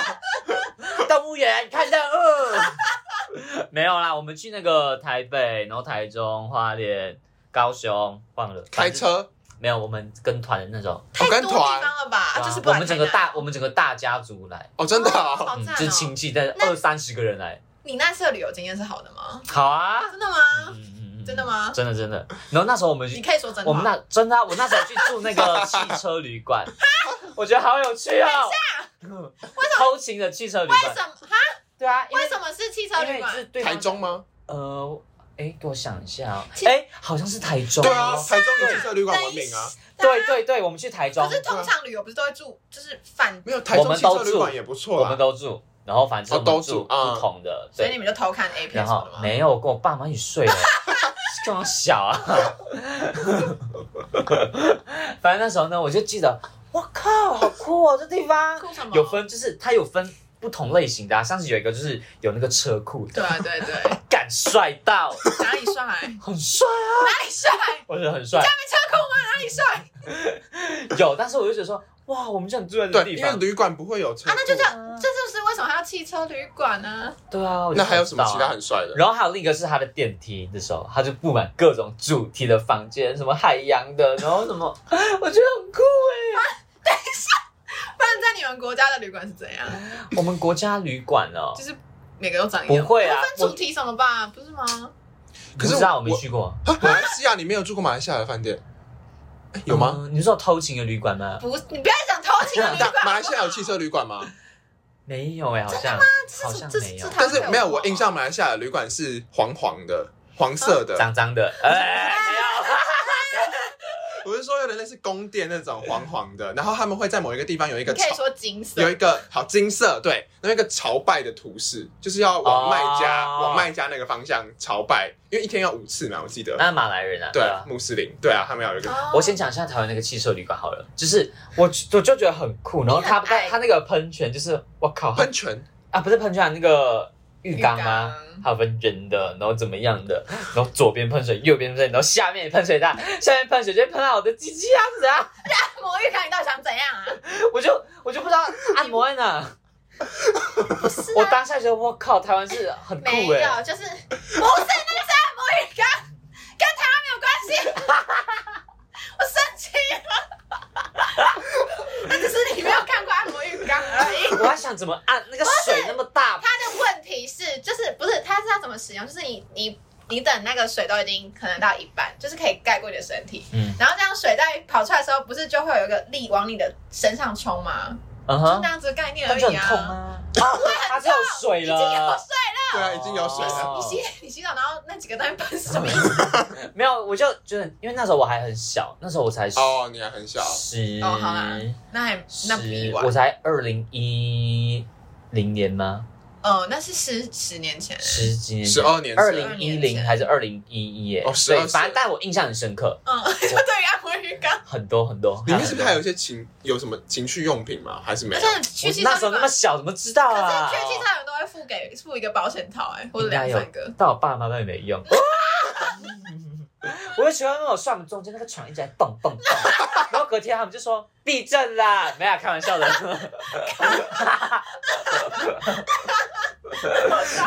[SPEAKER 3] 笑动物园看到呃， (laughs) 没有啦，我们去那个台北，然后台中、花莲、高雄，忘了
[SPEAKER 2] 开车，哦
[SPEAKER 3] 没有，我们跟团的那种，
[SPEAKER 1] 太多
[SPEAKER 2] 跟
[SPEAKER 1] 地
[SPEAKER 2] 团
[SPEAKER 1] 方了吧？啊就是不
[SPEAKER 3] 啊我
[SPEAKER 1] 然
[SPEAKER 3] 们整
[SPEAKER 1] 太
[SPEAKER 3] 个
[SPEAKER 1] 难
[SPEAKER 3] 大，我们整个大家族来，嗯
[SPEAKER 2] 哦，真的
[SPEAKER 1] 哦
[SPEAKER 2] 哦，
[SPEAKER 1] 好赞
[SPEAKER 3] 就是亲戚，但是
[SPEAKER 1] 那
[SPEAKER 3] 二三十个人来，
[SPEAKER 1] 你那次的旅游经验是好的吗？
[SPEAKER 3] 好啊，
[SPEAKER 1] 真的吗？
[SPEAKER 3] 嗯嗯嗯
[SPEAKER 1] 真的吗
[SPEAKER 3] 真的真的。然后那时候我们
[SPEAKER 1] 你
[SPEAKER 3] 去，
[SPEAKER 1] 可以说真的吗。
[SPEAKER 3] 我们那真的啊、我那时候去住那个汽车
[SPEAKER 1] (laughs)
[SPEAKER 3] 旅馆，我觉得好有趣哦， (laughs) 嗯偷情的汽车旅
[SPEAKER 1] 为
[SPEAKER 3] 馆，
[SPEAKER 1] 什么？哈，
[SPEAKER 3] 对啊，因
[SPEAKER 1] 为什么是汽车旅
[SPEAKER 3] 因为是
[SPEAKER 1] 馆？
[SPEAKER 3] 对方
[SPEAKER 2] 台，中吗？
[SPEAKER 3] 呃。哎，给我想一下哦，
[SPEAKER 1] 其
[SPEAKER 3] 哎，好像是台中哦，
[SPEAKER 2] 对啊，台中也是这旅馆闻名啊。
[SPEAKER 3] 对对对，我们去台中
[SPEAKER 1] 可，是通
[SPEAKER 3] 啊
[SPEAKER 1] 常旅游不是都会住就是饭，
[SPEAKER 2] 没有，台中汽
[SPEAKER 3] 我
[SPEAKER 2] 车
[SPEAKER 3] 们都
[SPEAKER 2] 旅
[SPEAKER 3] 住
[SPEAKER 2] 馆也不错
[SPEAKER 3] 我们
[SPEAKER 2] 啦。
[SPEAKER 3] 都住，然后反正
[SPEAKER 2] 哦
[SPEAKER 3] 我
[SPEAKER 2] 都
[SPEAKER 3] 们
[SPEAKER 2] 住
[SPEAKER 3] 住
[SPEAKER 2] 嗯
[SPEAKER 3] 不同的，
[SPEAKER 1] 所以
[SPEAKER 3] 对
[SPEAKER 1] 你，们就偷看 A 片
[SPEAKER 3] 然
[SPEAKER 1] 什么
[SPEAKER 3] 后
[SPEAKER 1] 的吗？
[SPEAKER 2] (laughs)
[SPEAKER 3] 没有，我跟我爸妈一起睡了，装小啊。 (laughs) 反正那时候呢，我就记得，我靠，好酷哦，这地
[SPEAKER 2] (laughs)
[SPEAKER 3] 方
[SPEAKER 1] 酷什么？
[SPEAKER 3] 有分，就是它有分不同类型的、啊，像是有一个就是有那个车库的，
[SPEAKER 1] 对啊，对
[SPEAKER 3] (laughs)
[SPEAKER 1] 对，
[SPEAKER 3] 敢帅
[SPEAKER 2] (laughs)
[SPEAKER 3] 到，
[SPEAKER 1] 哪里帅？哪
[SPEAKER 3] 很帅啊，
[SPEAKER 1] 里帅？
[SPEAKER 3] 我觉得很帅。
[SPEAKER 1] 他们车库吗？哪里帅？啊，
[SPEAKER 3] 有，但是我就觉得说，哇，我们就很住在这个
[SPEAKER 2] 对，
[SPEAKER 3] 地
[SPEAKER 2] 因为
[SPEAKER 3] 方，
[SPEAKER 2] 旅馆不会有车库。
[SPEAKER 1] 啊那就这样，这就是为什么还要汽车旅馆呢？
[SPEAKER 3] 对啊。我就
[SPEAKER 2] 那还有什么其
[SPEAKER 3] 想知道
[SPEAKER 2] 他
[SPEAKER 3] 啊
[SPEAKER 2] 很帅的？
[SPEAKER 3] 然后还有另一个是它的电梯的时候，它就布满各种主题的房间，什么海洋的，然后什么， (laughs) 我觉得很酷哎、
[SPEAKER 1] 不然在你们国家的旅馆是怎样？
[SPEAKER 3] 我们国家旅馆哦
[SPEAKER 1] 就，是每个都长一
[SPEAKER 3] 不
[SPEAKER 1] 样。
[SPEAKER 3] 会啊，
[SPEAKER 1] 分主
[SPEAKER 3] 我
[SPEAKER 1] 题什么吧，不是吗？
[SPEAKER 2] 可
[SPEAKER 3] 可
[SPEAKER 2] 是
[SPEAKER 3] 是道我
[SPEAKER 2] 我
[SPEAKER 3] 没去过，
[SPEAKER 2] 啊马来西亚，你没有住过马来西亚的饭店？哎有吗？
[SPEAKER 3] 嗯？你是说偷情的旅馆吗？
[SPEAKER 1] 不，你不要讲偷情的旅
[SPEAKER 2] 那
[SPEAKER 1] 馆。
[SPEAKER 2] 马来西亚有汽车旅馆吗？
[SPEAKER 3] 没有哎、好像好像
[SPEAKER 1] 这是
[SPEAKER 3] 没有
[SPEAKER 1] 这，
[SPEAKER 2] 但是没有，我印象马来西亚的旅馆是黄黄的、黄色
[SPEAKER 1] 嗯
[SPEAKER 2] 的。
[SPEAKER 3] 脏脏的，哎，
[SPEAKER 2] 我是说有点类似宫殿那种黄黄的，然后他们会在某一个地方有一
[SPEAKER 1] 你
[SPEAKER 2] 个
[SPEAKER 1] 可以
[SPEAKER 2] 朝，
[SPEAKER 1] 说金色
[SPEAKER 2] 有，一个好金色，对，那一个朝拜的图示，就是要往麦加、
[SPEAKER 1] 啊
[SPEAKER 3] 哦
[SPEAKER 2] 往麦加那个方向朝拜，因为一天要五次嘛，我记得。
[SPEAKER 3] 那马来人啊，
[SPEAKER 2] 对
[SPEAKER 3] 啊，
[SPEAKER 2] 穆斯林，对啊，他们要有一个，
[SPEAKER 1] 哦
[SPEAKER 3] 我先讲一下台湾那个汽车旅馆好了，就是我我就觉得很酷，然后它
[SPEAKER 1] 你很爱
[SPEAKER 3] 它那个喷泉就是我靠，它
[SPEAKER 2] 喷泉，
[SPEAKER 3] 啊不是喷泉啊，那个浴缸
[SPEAKER 1] 浴
[SPEAKER 3] 啊
[SPEAKER 1] 缸，
[SPEAKER 3] 还有分人的，然后怎么样的，然后左边喷水，右边喷水，然后下面也喷水弹，下面喷水就会喷到我的鸡鸡啊是啊，
[SPEAKER 1] 魔芋汤，你到底想怎样啊？
[SPEAKER 3] 我就我就不知道按摩在哪，
[SPEAKER 1] 不是
[SPEAKER 3] 我
[SPEAKER 1] 啊，
[SPEAKER 3] 当下觉得我靠，台湾是很酷
[SPEAKER 1] 没
[SPEAKER 3] 哎、
[SPEAKER 1] 有，就是不是那个是啊按摩浴缸，跟台湾没有关系。我生气了，那只是你没有看过按啊摩浴缸而已。
[SPEAKER 3] 我还想怎么按那个水那么大，
[SPEAKER 1] 它的问题是，就是不是它是要怎么使用？就是你你你等那个水都已经可能到一半，就是可以盖过你的身体，
[SPEAKER 3] 嗯
[SPEAKER 1] 然后这样水在跑出来的时候，不是就会有一个力往你的身上冲吗？
[SPEAKER 3] 嗯
[SPEAKER 1] 就
[SPEAKER 3] 哼
[SPEAKER 1] 那，样子的概念而
[SPEAKER 3] 但就
[SPEAKER 1] 已
[SPEAKER 3] 很痛
[SPEAKER 1] 啊。
[SPEAKER 3] 啊，啊，它是有水
[SPEAKER 1] 已经有水
[SPEAKER 3] 了。
[SPEAKER 1] 了，
[SPEAKER 2] 对啊，已经有水了。
[SPEAKER 3] 哦
[SPEAKER 1] 你洗 (laughs) 你洗澡，然后那几个东西喷是什
[SPEAKER 3] 啊
[SPEAKER 1] 么意思？
[SPEAKER 3] 没有，我就觉得，因为那时候我还很小，那时候我才十
[SPEAKER 2] 哦，你还很小，
[SPEAKER 3] 十，
[SPEAKER 1] 哦好啦那还那不意
[SPEAKER 3] 十，
[SPEAKER 1] 外
[SPEAKER 3] 我。才二零一零年吗？
[SPEAKER 1] 哦，那是十十年前，
[SPEAKER 3] 十几年前，
[SPEAKER 2] 十二年
[SPEAKER 3] 二
[SPEAKER 2] 前，
[SPEAKER 3] 零一
[SPEAKER 1] 12年
[SPEAKER 3] 零
[SPEAKER 1] 前
[SPEAKER 3] 还是二零一一耶？
[SPEAKER 2] 哦
[SPEAKER 3] 对
[SPEAKER 2] 12
[SPEAKER 3] 反正但我印象很深刻，
[SPEAKER 1] 嗯， (laughs) 就对于按摩浴缸，
[SPEAKER 3] 很多很多。
[SPEAKER 2] 里面是不是还有
[SPEAKER 3] 很
[SPEAKER 2] 一些情有什么情趣用品吗？还是没
[SPEAKER 1] 而
[SPEAKER 2] 有？
[SPEAKER 1] 且
[SPEAKER 3] 多
[SPEAKER 1] 去汽车
[SPEAKER 3] 我那时候
[SPEAKER 1] 旅
[SPEAKER 3] 那么
[SPEAKER 1] 馆，
[SPEAKER 3] 小，怎么知道
[SPEAKER 1] 可是
[SPEAKER 3] 啊？
[SPEAKER 1] 去汽车旅馆都会付给付一个保险套，哎，或者
[SPEAKER 3] 应该
[SPEAKER 1] 两
[SPEAKER 3] 有
[SPEAKER 1] 三个。
[SPEAKER 3] 但我爸妈那里没用。我就喜欢那种算我们中间那个床一直在蹦蹦蹦，然后隔天他们就说地震啦，没有开玩笑的。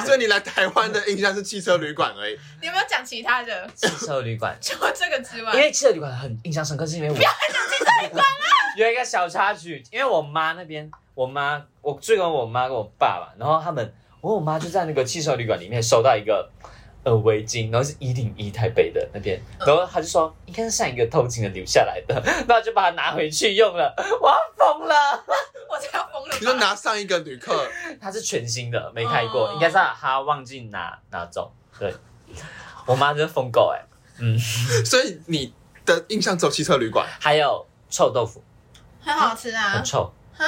[SPEAKER 2] 所以你来台湾的印象是汽车旅馆
[SPEAKER 3] (laughs)
[SPEAKER 2] 而已。
[SPEAKER 1] 你有没有讲其他的？
[SPEAKER 3] 汽车旅馆，
[SPEAKER 1] 除了这个之外
[SPEAKER 3] 因，为汽车旅馆很印象深刻，是因为我 (laughs) 有一个小插曲，因为我妈那边，我妈我最跟我妈跟我爸爸，然后他们，我跟我妈就在那个汽车旅馆里面收到一个呃围巾，然后是一零一台北的那边，然后他就说应该是上一个偷情的留下来的， (laughs) 那我就把它拿回去用了，我要疯了。
[SPEAKER 1] 我才要疯了吧。
[SPEAKER 2] 你说拿上一个旅客，
[SPEAKER 3] 它是全新的，没开过，
[SPEAKER 1] 哦
[SPEAKER 3] 应该是他忘记拿拿走。对，我妈真是疯狗哎、嗯，
[SPEAKER 2] 所以你的印象只有汽车旅馆。
[SPEAKER 3] 还有臭豆腐
[SPEAKER 1] 很好吃啊
[SPEAKER 3] 很，臭，
[SPEAKER 1] 哈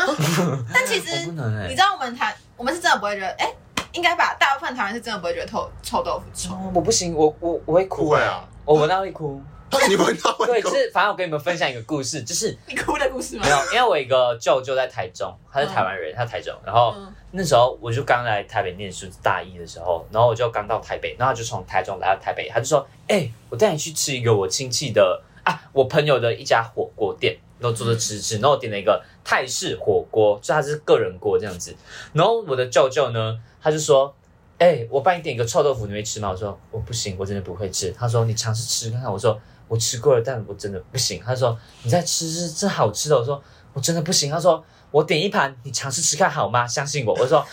[SPEAKER 1] 但其
[SPEAKER 3] 我
[SPEAKER 1] 实
[SPEAKER 3] 不能哎、
[SPEAKER 1] 你知道我们台，我们是真的不会觉得，哎、应该吧，大部分台湾是真的不会觉得臭臭豆腐臭。
[SPEAKER 3] 哦我不行，我我我会哭
[SPEAKER 2] 不会
[SPEAKER 3] 哎、
[SPEAKER 2] 啊
[SPEAKER 3] 我闻到会哭。
[SPEAKER 2] (laughs) 你闻到
[SPEAKER 3] 对，
[SPEAKER 2] 味
[SPEAKER 3] 就
[SPEAKER 2] 道？
[SPEAKER 3] 是反正我跟你们分享一个故事，就是
[SPEAKER 1] 你哭的故事吗
[SPEAKER 3] 没？有，因为我有一个舅舅在台中，他是台湾人，他台中，然后
[SPEAKER 1] 嗯
[SPEAKER 3] 那时候我就刚来台北念书，大一的时候，然后我就刚到台北，然后他就从台中来到台北，他就说：“哎、我带你去吃一个我亲戚的啊，我朋友的一家火锅店，然后坐着吃吃，然后我点了一个泰式火锅，就它是个人锅这样子。然后我的舅舅呢，他就说。”哎、我帮你点一个臭豆腐，你会吃吗？我说我不行，我真的不会吃。他说你尝试吃看看。我说我吃过了，但我真的不行。他说你再吃是是好吃的。我说我真的不行。他说我点一盘，你尝试吃看好吗？相信我。我说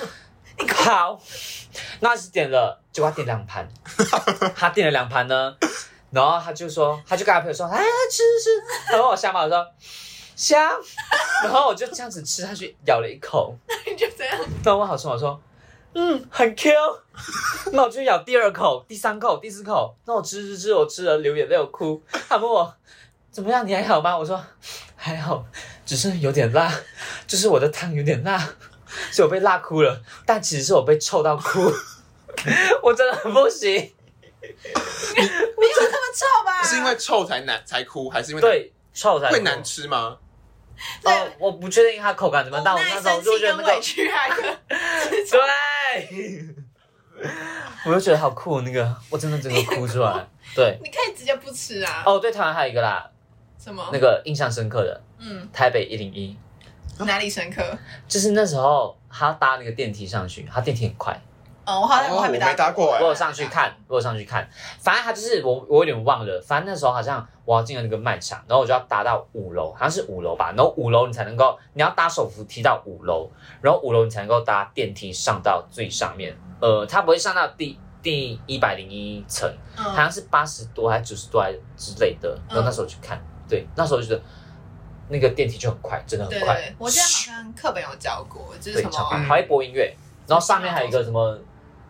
[SPEAKER 3] 好，那是点了，结果他点两盘，他点了两盘呢，然后他就说，他就跟他朋友说，哎，吃吃，然后我下巴我说香，然后我就这样子吃下去，咬了一口，
[SPEAKER 1] 你就这样，
[SPEAKER 3] 那我好吃吗？我说，嗯，很 Q。那我就咬第二口、第三口、第四口，那我吃吃吃，我吃了流眼泪，我哭。他问我怎么样，你还好吗？我说还好，只是有点辣，就是我的汤有点辣，所以我被辣哭了。但其实是 (laughs) 我被臭到哭，我真的很不行。
[SPEAKER 1] 你有臭吧？
[SPEAKER 2] 是因为臭才难才哭，还是因为
[SPEAKER 3] 对，臭才
[SPEAKER 2] 会难吃吗？
[SPEAKER 3] 哦
[SPEAKER 1] 对，
[SPEAKER 3] 我不确定它口感怎么样，但
[SPEAKER 1] 无
[SPEAKER 3] 我
[SPEAKER 1] 奈、
[SPEAKER 3] 那时候
[SPEAKER 1] 哦生
[SPEAKER 3] 就
[SPEAKER 1] 气
[SPEAKER 3] 觉得
[SPEAKER 1] 跟
[SPEAKER 3] 那
[SPEAKER 1] 委
[SPEAKER 3] 个
[SPEAKER 1] 屈啊，
[SPEAKER 3] (laughs) 对， (laughs) 我就觉得好酷，那个我真的真的哭出来。对，
[SPEAKER 1] 你可以直接不吃啊。
[SPEAKER 3] 哦，对，台湾还有一个啦，
[SPEAKER 1] 什么？
[SPEAKER 3] 那个印象深刻的
[SPEAKER 1] 嗯，
[SPEAKER 3] 台北一零一，
[SPEAKER 1] 哪里深刻？
[SPEAKER 3] 就是那时候他搭那个电梯上去，他电梯很快，
[SPEAKER 1] 哦，我好像
[SPEAKER 2] 哦
[SPEAKER 1] 我还没
[SPEAKER 2] 我没搭过哎
[SPEAKER 3] 我有上去看，我有上去看，反正他就是我，我有点忘了，反正那时候好像我要进了那个卖场，然后我就要搭到五楼，好像是五楼吧，然后五楼你才能够，你要搭手扶梯到五楼，然后五楼你才能够搭电梯上到最上面，呃，它不会上到第第一百零一层，好
[SPEAKER 1] 嗯，
[SPEAKER 3] 像是八十多还是九十多还是之类的，然后那时候去看，对，那时候就觉得那个电梯就很快，真的很
[SPEAKER 1] 对
[SPEAKER 3] 快，
[SPEAKER 1] 对，我记得好像课本有教过，就是
[SPEAKER 3] 对，
[SPEAKER 1] 什
[SPEAKER 3] 超
[SPEAKER 1] 么
[SPEAKER 3] 快，
[SPEAKER 2] 嗯
[SPEAKER 3] 还一播音乐，然后上面还有一个什么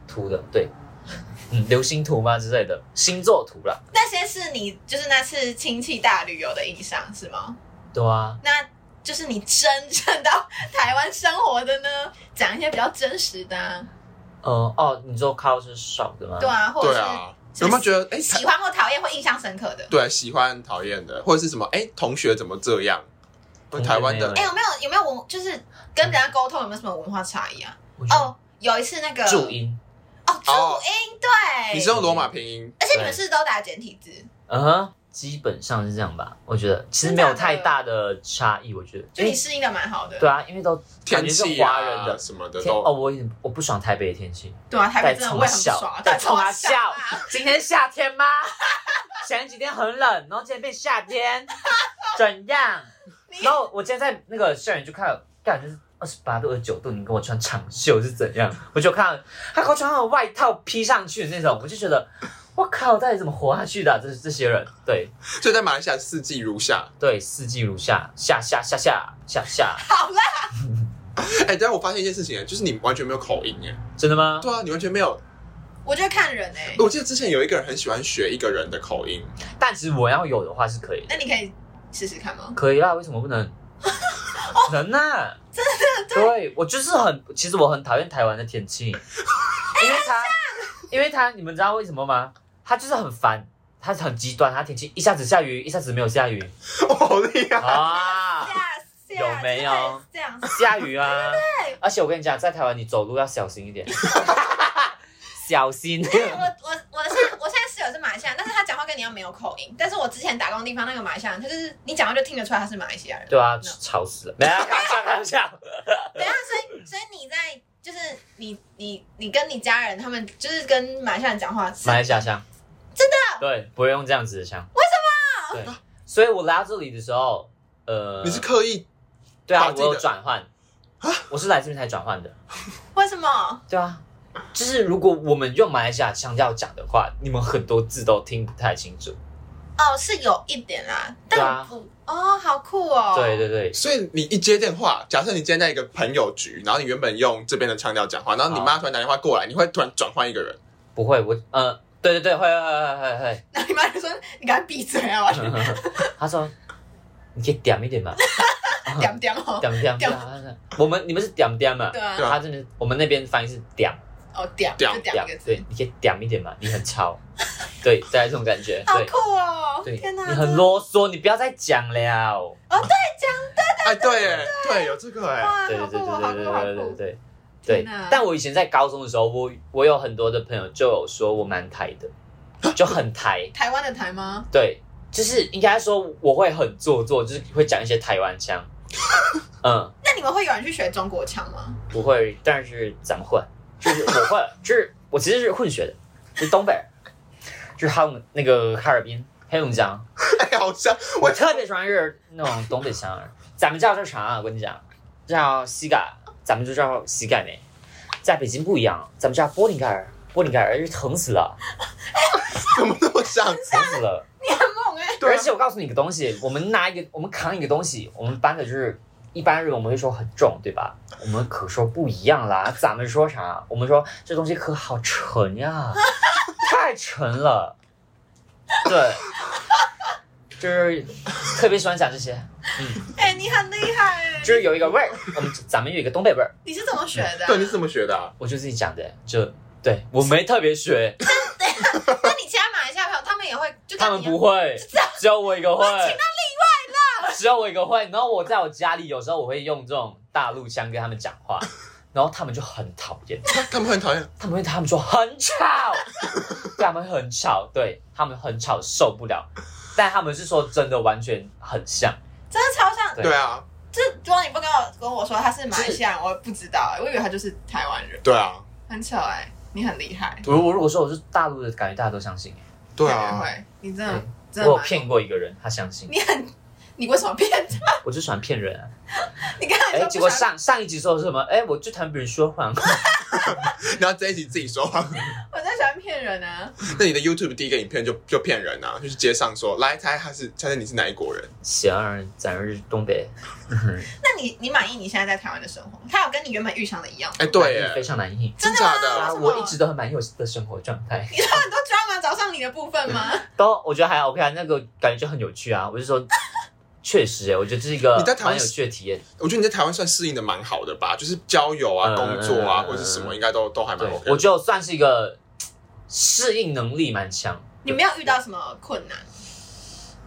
[SPEAKER 3] 图的，对， (laughs) 嗯，流星图吗之类的，星座图啦，
[SPEAKER 1] 那些是你就是那次亲戚大旅游的印象是吗？
[SPEAKER 3] 对啊，
[SPEAKER 1] 那就是你真正到台湾生活的呢，讲一些比较真实的、啊，
[SPEAKER 3] 嗯，哦，你说 culture shock 的吗？
[SPEAKER 1] 对，啊，或者
[SPEAKER 2] 对
[SPEAKER 1] 是、
[SPEAKER 2] 啊，有没有觉得哎，
[SPEAKER 1] 喜欢或讨厌或印象深刻的？
[SPEAKER 2] 对啊喜欢讨厌的，或者是什么哎，同学怎么这样？
[SPEAKER 3] 同学
[SPEAKER 2] 台湾的
[SPEAKER 3] 没
[SPEAKER 1] 哎、
[SPEAKER 3] 有
[SPEAKER 1] 有没有有没有文就是跟人家沟通有没有什么文化差异啊？
[SPEAKER 3] 我觉得
[SPEAKER 1] 哦，有一次那个
[SPEAKER 3] 注音，
[SPEAKER 1] 哦注
[SPEAKER 2] 哦
[SPEAKER 1] 音对，
[SPEAKER 2] 你是用罗马拼音，
[SPEAKER 1] 而且你们是都打简体字，
[SPEAKER 3] 嗯哼，基本上是这样吧，我觉得其实没有太大的差异，我觉得，
[SPEAKER 1] 就你
[SPEAKER 3] 因为
[SPEAKER 1] 适应的蛮好的。
[SPEAKER 3] 对啊，因为都
[SPEAKER 2] 天
[SPEAKER 3] 感觉
[SPEAKER 2] 气
[SPEAKER 3] 是华人
[SPEAKER 2] 啊
[SPEAKER 3] 的。
[SPEAKER 2] 什么的
[SPEAKER 3] 天哦，
[SPEAKER 2] 都
[SPEAKER 3] 我有点我不爽台北的天气，
[SPEAKER 1] 对啊，台
[SPEAKER 3] 在
[SPEAKER 1] 北真的
[SPEAKER 3] 冲
[SPEAKER 1] 我也很不
[SPEAKER 3] 笑
[SPEAKER 1] 爽，，
[SPEAKER 3] 在
[SPEAKER 1] 冲
[SPEAKER 3] 冲
[SPEAKER 1] 啊
[SPEAKER 3] 啊
[SPEAKER 1] 笑
[SPEAKER 3] 笑
[SPEAKER 1] 啊。，
[SPEAKER 3] (laughs) 今天夏
[SPEAKER 1] (laughs)
[SPEAKER 3] 天吗？前几天很冷，然后今天变
[SPEAKER 1] (laughs)
[SPEAKER 3] 夏天，怎样？然后我今天在那个校园就看，感觉是二十八度、二十九度，你跟我穿长袖是怎样？我就看他给我穿那种外套披上去的那种，我就觉得，我靠，到底怎么活下去的啊、这这些人，对
[SPEAKER 2] 所以在马来西亚四季如夏。
[SPEAKER 3] 对，四季如夏，夏夏夏夏夏夏，
[SPEAKER 1] 好啦，
[SPEAKER 2] 哎，但我发现一件事情，就是你完全没有口音哎，
[SPEAKER 3] 真的吗？
[SPEAKER 2] 对啊，你完全没有。
[SPEAKER 1] 我就看人哎、
[SPEAKER 2] 我记得之前有一个人很喜欢学一个人的口音， (laughs)
[SPEAKER 3] 但其实我要有的话是可以的，
[SPEAKER 1] 那你可以试试看吗？
[SPEAKER 3] 可以啦，为什么不 (laughs) 能？能呐、真的对，我就是很，其实我很讨厌台湾的天气，因为它，因为它，你们知道为什么吗？它就是很烦，它很极端，它天气一下子下雨，一下子没有下雨
[SPEAKER 2] 哦好厉害！
[SPEAKER 3] 啊，
[SPEAKER 1] 吓
[SPEAKER 3] 有没有？
[SPEAKER 1] 吓这样
[SPEAKER 3] 下雨啊！而且我跟你讲，在台湾你走路要小心一 (laughs) 点，小心。
[SPEAKER 1] (laughs) 我我我现在我现在室友是马来西亚，但是他讲话跟你要没有口音。但是我之前打工的地方那个马来西亚人，他就是你讲话就听得出来他是马来西亚人。
[SPEAKER 3] 对啊，吵死了！没有，开玩笑，开玩笑。
[SPEAKER 1] 等一下，啊所以所以你在就是你你你跟你家人他们就是跟马来西亚人讲话是
[SPEAKER 3] 马来西亚腔，真的？对，不会用这样子的腔。为什么？对，所以我来到这里的时候，呃，
[SPEAKER 2] 你是刻意
[SPEAKER 3] 对啊
[SPEAKER 2] 把，自啊
[SPEAKER 3] 我
[SPEAKER 2] 己的
[SPEAKER 3] 有转换，我是来这边才转换的。
[SPEAKER 1] 为什么？
[SPEAKER 3] 对啊，就是如果我们用马来西亚腔调讲的话，你们很多字都听不太清楚。
[SPEAKER 1] 哦，是有一点啦，
[SPEAKER 3] 对
[SPEAKER 1] 但
[SPEAKER 3] 啊
[SPEAKER 1] 不、哦，好酷哦。
[SPEAKER 3] 对对对，
[SPEAKER 2] 所以你一接电话，假设你今天在一个朋友局，然后你原本用这边的腔调讲话，然后你妈突然打电话过来，你会突然转换一个人，
[SPEAKER 3] 不会，我呃，对对对，会会会会会。
[SPEAKER 1] (laughs) 那你妈就说你赶快闭嘴啊，我要去
[SPEAKER 3] (laughs) 他说，你可以点一点嘛，嗯
[SPEAKER 1] 点点哦。
[SPEAKER 3] 点
[SPEAKER 1] 点
[SPEAKER 3] 点点。他说我们你们是点点嘛？
[SPEAKER 1] 对啊
[SPEAKER 2] 对，啊
[SPEAKER 3] 他这边我们那边翻译是点
[SPEAKER 1] 哦点
[SPEAKER 2] 点
[SPEAKER 1] 就点一个字
[SPEAKER 3] 对，，你可以点一点嘛，你很吵，对，大概这种感觉，
[SPEAKER 1] 好
[SPEAKER 3] 对。
[SPEAKER 1] 酷哦！
[SPEAKER 3] 对，
[SPEAKER 1] 天哪，啊
[SPEAKER 3] 你很
[SPEAKER 1] 真
[SPEAKER 3] 啰嗦，你不要再讲了。
[SPEAKER 2] 哎，对耶， (laughs) 对，有这个
[SPEAKER 1] 的
[SPEAKER 2] 哎，
[SPEAKER 1] 哇，
[SPEAKER 3] 对
[SPEAKER 1] 好
[SPEAKER 3] 对
[SPEAKER 1] 酷
[SPEAKER 3] 对
[SPEAKER 1] 哦，
[SPEAKER 3] 对
[SPEAKER 1] 好
[SPEAKER 3] 对
[SPEAKER 1] 酷，好
[SPEAKER 3] 对对
[SPEAKER 1] 酷！
[SPEAKER 3] 对
[SPEAKER 1] 天
[SPEAKER 3] 对
[SPEAKER 1] 哪。
[SPEAKER 3] 但我以前在高中的时候，我我有很多的朋友就有说我蛮台的，就很台。
[SPEAKER 1] 台湾的台吗？
[SPEAKER 3] 对，就是应该说我会很做作，就是会讲一些台湾腔。嗯，
[SPEAKER 1] 那你们会有人去学中国腔吗？
[SPEAKER 3] 不会，但是咱们会，就是我会，就是我其实是混血的，是东北人，就是还有那个哈尔滨黑龙江。
[SPEAKER 2] 哎，好像 (laughs)
[SPEAKER 3] 我
[SPEAKER 2] 我
[SPEAKER 3] 特别喜欢是那种东北腔儿，咱们叫这啥啊？我跟你讲，叫膝盖，咱们就叫膝盖妹。在北京不一样，咱们叫玻璃盖儿，玻璃盖儿，而且疼死
[SPEAKER 2] (laughs)
[SPEAKER 3] 了，
[SPEAKER 2] 怎么那么像？
[SPEAKER 3] 疼死了。
[SPEAKER 1] 你很猛哎！
[SPEAKER 2] 对
[SPEAKER 3] 而
[SPEAKER 2] 啊，
[SPEAKER 3] 且我告诉你一个东西，我们拿一个，我们扛一个东西，我们搬的就是一般人我们会说很重，对吧？我们可说不一样啦，咱们说啥？我们说这东西可好
[SPEAKER 2] (laughs)
[SPEAKER 3] 沉呀，太沉了。对，就是特别喜欢讲这些。
[SPEAKER 1] 哎，你很厉害哎！
[SPEAKER 3] 就是有一
[SPEAKER 1] (laughs)
[SPEAKER 3] 个味儿，我们咱们有一个东北味儿，
[SPEAKER 1] 你是怎么学的啊？
[SPEAKER 2] 对，你是怎么学的啊？
[SPEAKER 3] 我就自己讲的，就对我没特别学，
[SPEAKER 1] 那你其他马来西亚朋友他们也会就
[SPEAKER 3] 他
[SPEAKER 1] 跟
[SPEAKER 3] 们
[SPEAKER 1] 你
[SPEAKER 3] 不会，只有我一个会，
[SPEAKER 1] 请到
[SPEAKER 3] 例外了，只有我一个会。然后我在我家里有时候我会用这种大陆腔跟他们讲
[SPEAKER 1] (laughs)
[SPEAKER 3] 话，然后他们就很讨厌，
[SPEAKER 2] 他们很讨厌，
[SPEAKER 3] 他们会他们说很吵，对，他们很吵，对他们很吵受不了。但他们是说真的，完全很像。
[SPEAKER 1] 真的超像。
[SPEAKER 3] 对
[SPEAKER 2] 对啊，
[SPEAKER 1] 这如果你不跟我跟我说他是马来西亚人，我也不知道、欸我以为他就是台湾人，
[SPEAKER 2] 对啊，
[SPEAKER 1] 很扯哎、你很厉害，
[SPEAKER 3] 我我如果说我是大陆的，感觉大家都相信。
[SPEAKER 2] 对
[SPEAKER 1] 你很
[SPEAKER 2] 啊，
[SPEAKER 1] 会，你真的、
[SPEAKER 3] 对
[SPEAKER 1] 真的
[SPEAKER 3] 嗯我有
[SPEAKER 1] 蛮
[SPEAKER 3] 骗过一个人，他相信，
[SPEAKER 1] 你很，你为什么骗 (laughs) 他？
[SPEAKER 3] 我就喜欢骗人、啊。
[SPEAKER 1] 你刚才
[SPEAKER 3] 哎、
[SPEAKER 1] 说
[SPEAKER 3] 结
[SPEAKER 1] 不
[SPEAKER 3] 果
[SPEAKER 1] 想
[SPEAKER 3] 上上一集说什么？哎、我就谈别人说谎。 (laughs)
[SPEAKER 2] 然后这一集自己说话， (laughs)
[SPEAKER 1] 我在喜欢骗人啊，
[SPEAKER 2] 那你的 YouTube 第一个影片就就骗人啊，就是街上说来猜他是猜猜你是哪一国人，
[SPEAKER 3] 行，咱是
[SPEAKER 2] (laughs)
[SPEAKER 3] 东北。
[SPEAKER 1] 那你你满意你现在在台湾的生活？他有跟你原本预想的一样吗？
[SPEAKER 2] 哎，对
[SPEAKER 3] 非
[SPEAKER 2] 耶，
[SPEAKER 3] 常难应。
[SPEAKER 1] 真的
[SPEAKER 2] 真假
[SPEAKER 1] 吗？
[SPEAKER 2] 的
[SPEAKER 3] 啊，
[SPEAKER 1] 为什么
[SPEAKER 3] 我一直都很满意我的生活状态，
[SPEAKER 1] 你说很多 drama 找上你的部分吗？
[SPEAKER 3] 都我觉得还 OK 啊，那个感觉就很有趣啊。我就说， (laughs) 确实、欸，我觉得这是一个
[SPEAKER 2] 你在台湾
[SPEAKER 3] 蛮有趣的体验。
[SPEAKER 2] 我觉得你在台湾算适应的蛮好的吧，就是交友啊、
[SPEAKER 3] 嗯
[SPEAKER 2] 工作啊
[SPEAKER 3] 嗯
[SPEAKER 2] 或者是什么，应该都都还蛮
[SPEAKER 3] 对
[SPEAKER 2] OK，，的
[SPEAKER 3] 我就算是一个嘖适应能力蛮强。
[SPEAKER 1] 你没有遇到什么困难？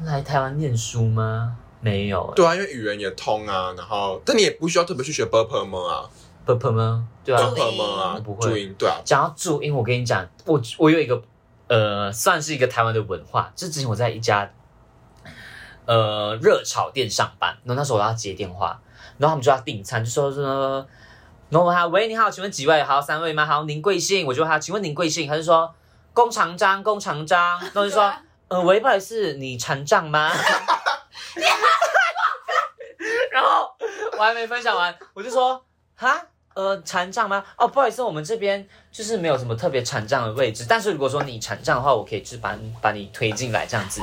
[SPEAKER 3] 来台湾念书吗？没有、欸。
[SPEAKER 2] 对啊，因为语言也通啊，然后但你也不需要特别去学 b u r p l e 吗啊
[SPEAKER 3] 不不吗？对
[SPEAKER 2] ，b u
[SPEAKER 3] 啊
[SPEAKER 2] r。p l e 吗啊
[SPEAKER 3] 不，会
[SPEAKER 2] 注音对啊，
[SPEAKER 3] 讲到注音，我跟你讲，我我有一个呃，算是一个台湾的文化。就之前我在一家呃热炒店上班，然后那时候我要接电话，然后他们就要订餐，就说说，然后我问他喂你好，请问几位？好，三位吗？好，您贵姓？我就问他，请问您贵姓？他就说龚长章，龚长章，然后我
[SPEAKER 1] 对
[SPEAKER 3] 就说
[SPEAKER 1] 啊。
[SPEAKER 3] 呃，喂，不好意思，你残障吗？然后我还没分享完，我就说哈，呃，残障吗？哦，不好意思，我们这边就是没有什么特别残障的位置，但是如果说你残障的话，我可以就是把你把你推进来这样子。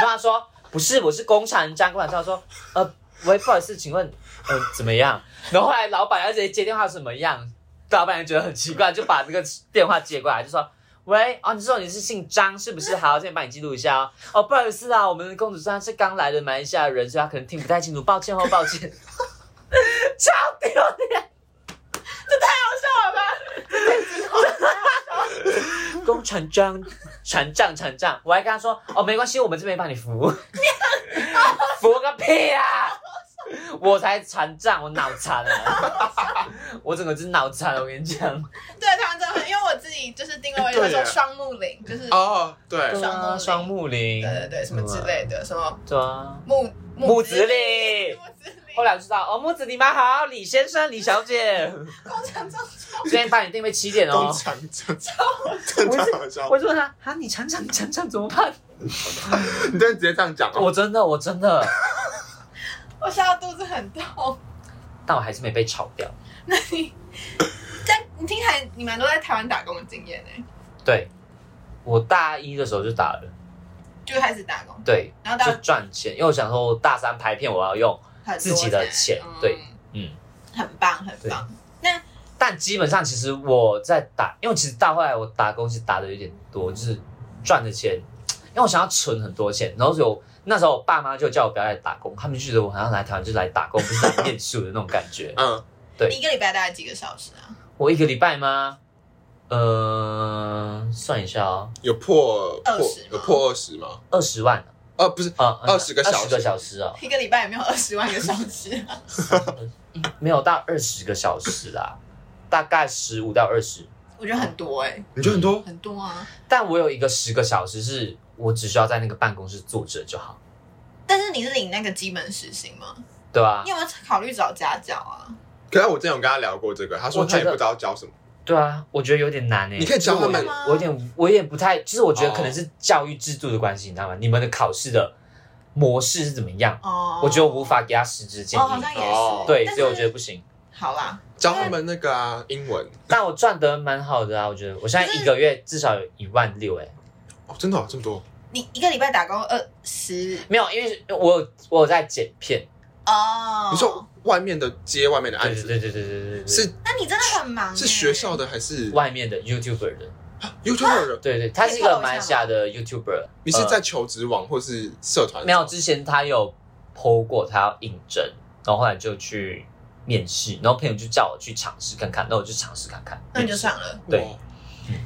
[SPEAKER 3] 然后他说不是，我是工残障，工残障说呃，喂，不好意思，请问呃怎么样？然后后来老板要直接接电话怎么样？老板也觉得很奇怪，就把这个电话接过来，就说。喂，哦，你说你是姓张是不是？好，这边帮你记录一下哦。哦，不好意思啊，我们的公主她是刚来的马来西亚人，所以她可能听不太清楚，抱歉哦，抱歉。超丢脸！
[SPEAKER 1] 好笑了吧？
[SPEAKER 3] (laughs) 工程张船长船长，我还跟他说哦，没关系，我们这边帮你扶。 (laughs) 扶个屁啊！我才残障，我脑残啊！ (laughs) 我整个是脑残，我跟你讲。
[SPEAKER 1] 对，台湾真的很，因为我自己就是定
[SPEAKER 3] 哎
[SPEAKER 1] 位，他
[SPEAKER 2] 对耶
[SPEAKER 1] 说双木林，就是对
[SPEAKER 2] 哦，对，
[SPEAKER 3] 对啊双木林，
[SPEAKER 1] 对对什么之类的，什么
[SPEAKER 3] 对啊。
[SPEAKER 1] 木
[SPEAKER 3] 木子
[SPEAKER 1] 林
[SPEAKER 3] 李
[SPEAKER 1] 木子林，
[SPEAKER 3] 后来我知道哦，木子你们好，李先生、李小 (laughs) 姐，
[SPEAKER 1] 工程中超
[SPEAKER 3] 今天八点定位七点
[SPEAKER 2] 工
[SPEAKER 3] 哦。
[SPEAKER 2] 厂长，真的好 (laughs) 笑，
[SPEAKER 3] 我就问他啊，你厂长厂长怎么办？
[SPEAKER 2] 你真的直接这样讲哦
[SPEAKER 3] 我，真的我真的，
[SPEAKER 1] 我笑到肚子很痛。
[SPEAKER 3] 但我还是没被炒掉。
[SPEAKER 1] 那你在你听起来你们都在台湾打工的经验呢？
[SPEAKER 3] 对，我大一的时候就打了，
[SPEAKER 1] 就开始打工，
[SPEAKER 3] 对，
[SPEAKER 1] 然后到
[SPEAKER 3] 就赚钱，因为我想说我大三拍片我要用，
[SPEAKER 1] 很多
[SPEAKER 3] 自己的钱对，嗯，
[SPEAKER 1] 很棒很棒。
[SPEAKER 3] 但基本上其实我在打，因为其实到后来我打工其实打的有点多，就是赚的钱，因为我想要存很多钱，然后有那时候我爸妈就叫我不要来打工，他们就觉得我好像来台湾就是来打工，不是来念书的那种感
[SPEAKER 2] (laughs)
[SPEAKER 3] 觉。
[SPEAKER 2] 嗯，
[SPEAKER 3] 对
[SPEAKER 1] 你一个礼拜大概几个小时啊？
[SPEAKER 3] 我一个礼拜吗？呃，算一下哦，
[SPEAKER 2] 有破
[SPEAKER 1] 20
[SPEAKER 2] 破
[SPEAKER 1] 吗
[SPEAKER 2] 有破二十吗？
[SPEAKER 3] 二十万
[SPEAKER 2] 呃，不是，
[SPEAKER 3] 啊，
[SPEAKER 2] 20个小时
[SPEAKER 3] 二十个小时哦，
[SPEAKER 1] 一个礼拜也没有二十万个小时
[SPEAKER 3] (laughs)
[SPEAKER 1] 啊、
[SPEAKER 3] 没有到二十个小时啦，大概十五到二十。
[SPEAKER 1] 我觉得很多哎、
[SPEAKER 2] 你就很
[SPEAKER 3] 哦嗯
[SPEAKER 2] 多
[SPEAKER 1] 很多啊。
[SPEAKER 3] 但我有一个十个小时是我只需要在那个办公室坐着就好，
[SPEAKER 1] 但是你是领那个基本时薪吗？
[SPEAKER 3] 对吧、啊
[SPEAKER 1] 你？有没有考虑找家教啊？
[SPEAKER 2] 可是我之前有跟他聊过这个，他说
[SPEAKER 3] 我觉
[SPEAKER 2] 他
[SPEAKER 3] 得
[SPEAKER 2] 也不知道教什么，
[SPEAKER 3] 对啊，我觉得有点难诶、
[SPEAKER 2] 你可以教他们
[SPEAKER 3] 就是我有点，我有点不太，就是我觉得可能是教育制度的关系，你知道吗？你们的考试的模式是怎么样？
[SPEAKER 1] 哦，
[SPEAKER 3] 我觉得我无法给他实质建议。
[SPEAKER 1] 哦，好像也
[SPEAKER 2] 哦
[SPEAKER 1] 是。
[SPEAKER 3] 对，
[SPEAKER 1] 但
[SPEAKER 3] 所
[SPEAKER 1] 是
[SPEAKER 3] 以我觉得不行。
[SPEAKER 1] 好啦，
[SPEAKER 2] 教他们那个啊英文
[SPEAKER 3] 但我赚得蛮好的啊，我觉得我现在一个月至少有一万六哎、
[SPEAKER 2] 哦，真的哦这么多，
[SPEAKER 1] 你一个礼拜打工二十
[SPEAKER 3] 没有，因为我有我有在剪片，
[SPEAKER 1] 哦。
[SPEAKER 2] 你说外面的接外面的案
[SPEAKER 3] 对
[SPEAKER 2] 子
[SPEAKER 3] 对对对对对对对，
[SPEAKER 2] 是
[SPEAKER 1] 那你真的很忙、欸。
[SPEAKER 2] 是学校的还是
[SPEAKER 3] 外呃面的 YouTuber 的，
[SPEAKER 2] YouTuber 的？
[SPEAKER 3] 对对，他是一个马来西亚的 YouTuber，
[SPEAKER 2] 你是
[SPEAKER 3] 呃
[SPEAKER 2] 在求职网或是社团？
[SPEAKER 3] 没有，之前他有 PO 过，他要应征，然后后来就去面试，然后朋友就叫我去尝试看看，那我就尝试看看。
[SPEAKER 1] 那你就上了。
[SPEAKER 3] 对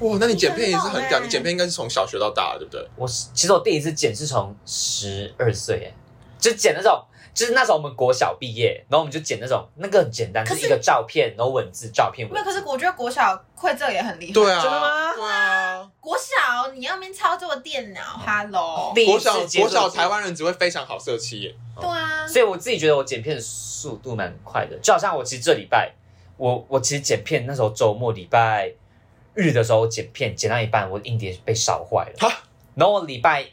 [SPEAKER 2] 哇，哇，那你剪片也是
[SPEAKER 1] 很
[SPEAKER 2] 很
[SPEAKER 1] 猛
[SPEAKER 2] 屌，
[SPEAKER 1] 欸
[SPEAKER 2] 你剪片应该是从小学到大，对不对？
[SPEAKER 3] 我是其实我第一次剪是从十二岁，哎，就剪那种，就是那时候我们国小毕业，然后我们就剪那种，那个很简单，
[SPEAKER 1] 可
[SPEAKER 3] 就是是一个照片，然后文字，照片
[SPEAKER 1] 没有，
[SPEAKER 3] 文
[SPEAKER 1] 可
[SPEAKER 3] 字。
[SPEAKER 1] 是我觉得国小会这也很厉害。
[SPEAKER 2] 对啊，
[SPEAKER 3] 真的吗
[SPEAKER 2] 对啊，
[SPEAKER 1] 国小你要面操作电脑，Hello，
[SPEAKER 3] 第一
[SPEAKER 2] 国
[SPEAKER 3] 次
[SPEAKER 2] 小
[SPEAKER 3] 接触
[SPEAKER 2] 国小台，湾人只会非常好色气耶，
[SPEAKER 1] 对啊，
[SPEAKER 3] 所以我自己觉得我剪片的速度蛮快的，就好像我其实这礼拜，我我其实剪片那时候周末礼拜日的时候我剪片，剪到一半我硬碟被烧坏了
[SPEAKER 2] 哈，
[SPEAKER 3] 然后我礼拜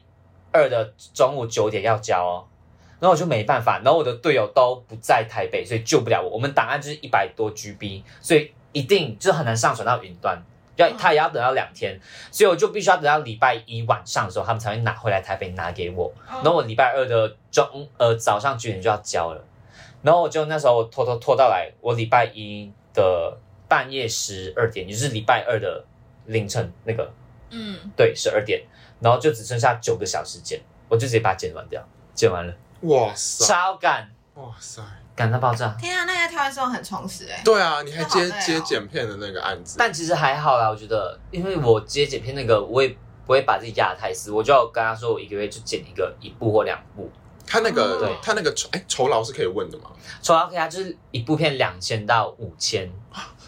[SPEAKER 3] 二的中午九点要交哦。然后我就没办法，然后我的队友都不在台北，所以救不了我。我们档案就是一百多 GB，所以一定就是很难上传到云端，要
[SPEAKER 1] 嗯
[SPEAKER 3] 他也要等到两天，所以我就必须要等到礼拜一晚上的时候，他们才会拿回来台北拿给我。
[SPEAKER 1] 哦
[SPEAKER 3] 然后我礼拜二的中呃早上九点就要交了，然后我就那时候我拖拖拖到来，我礼拜一的半夜十二点，也就是礼拜二的凌晨那个
[SPEAKER 1] 嗯，
[SPEAKER 3] 对十二点，然后就只剩下九个小时剪，我就直接把它剪完掉，剪完了，
[SPEAKER 2] 哇塞，
[SPEAKER 3] 超赶
[SPEAKER 2] 哇塞，
[SPEAKER 3] 赶到爆炸。
[SPEAKER 1] 天啊，那个跳的时候很充实哎，
[SPEAKER 2] 对啊，你还接
[SPEAKER 1] 好累哦
[SPEAKER 2] 接剪片的那个案子，
[SPEAKER 3] 但其实还好啦，我觉得，因为我接剪片那个，我也不会把自己压得太死，我就要跟他说，我一个月就剪一个一部或两部，
[SPEAKER 2] 他那个
[SPEAKER 3] 对
[SPEAKER 2] 他那个酬哎酬劳是可以问的吗？
[SPEAKER 3] 抽到 K 他啊就是一部片两千到五千，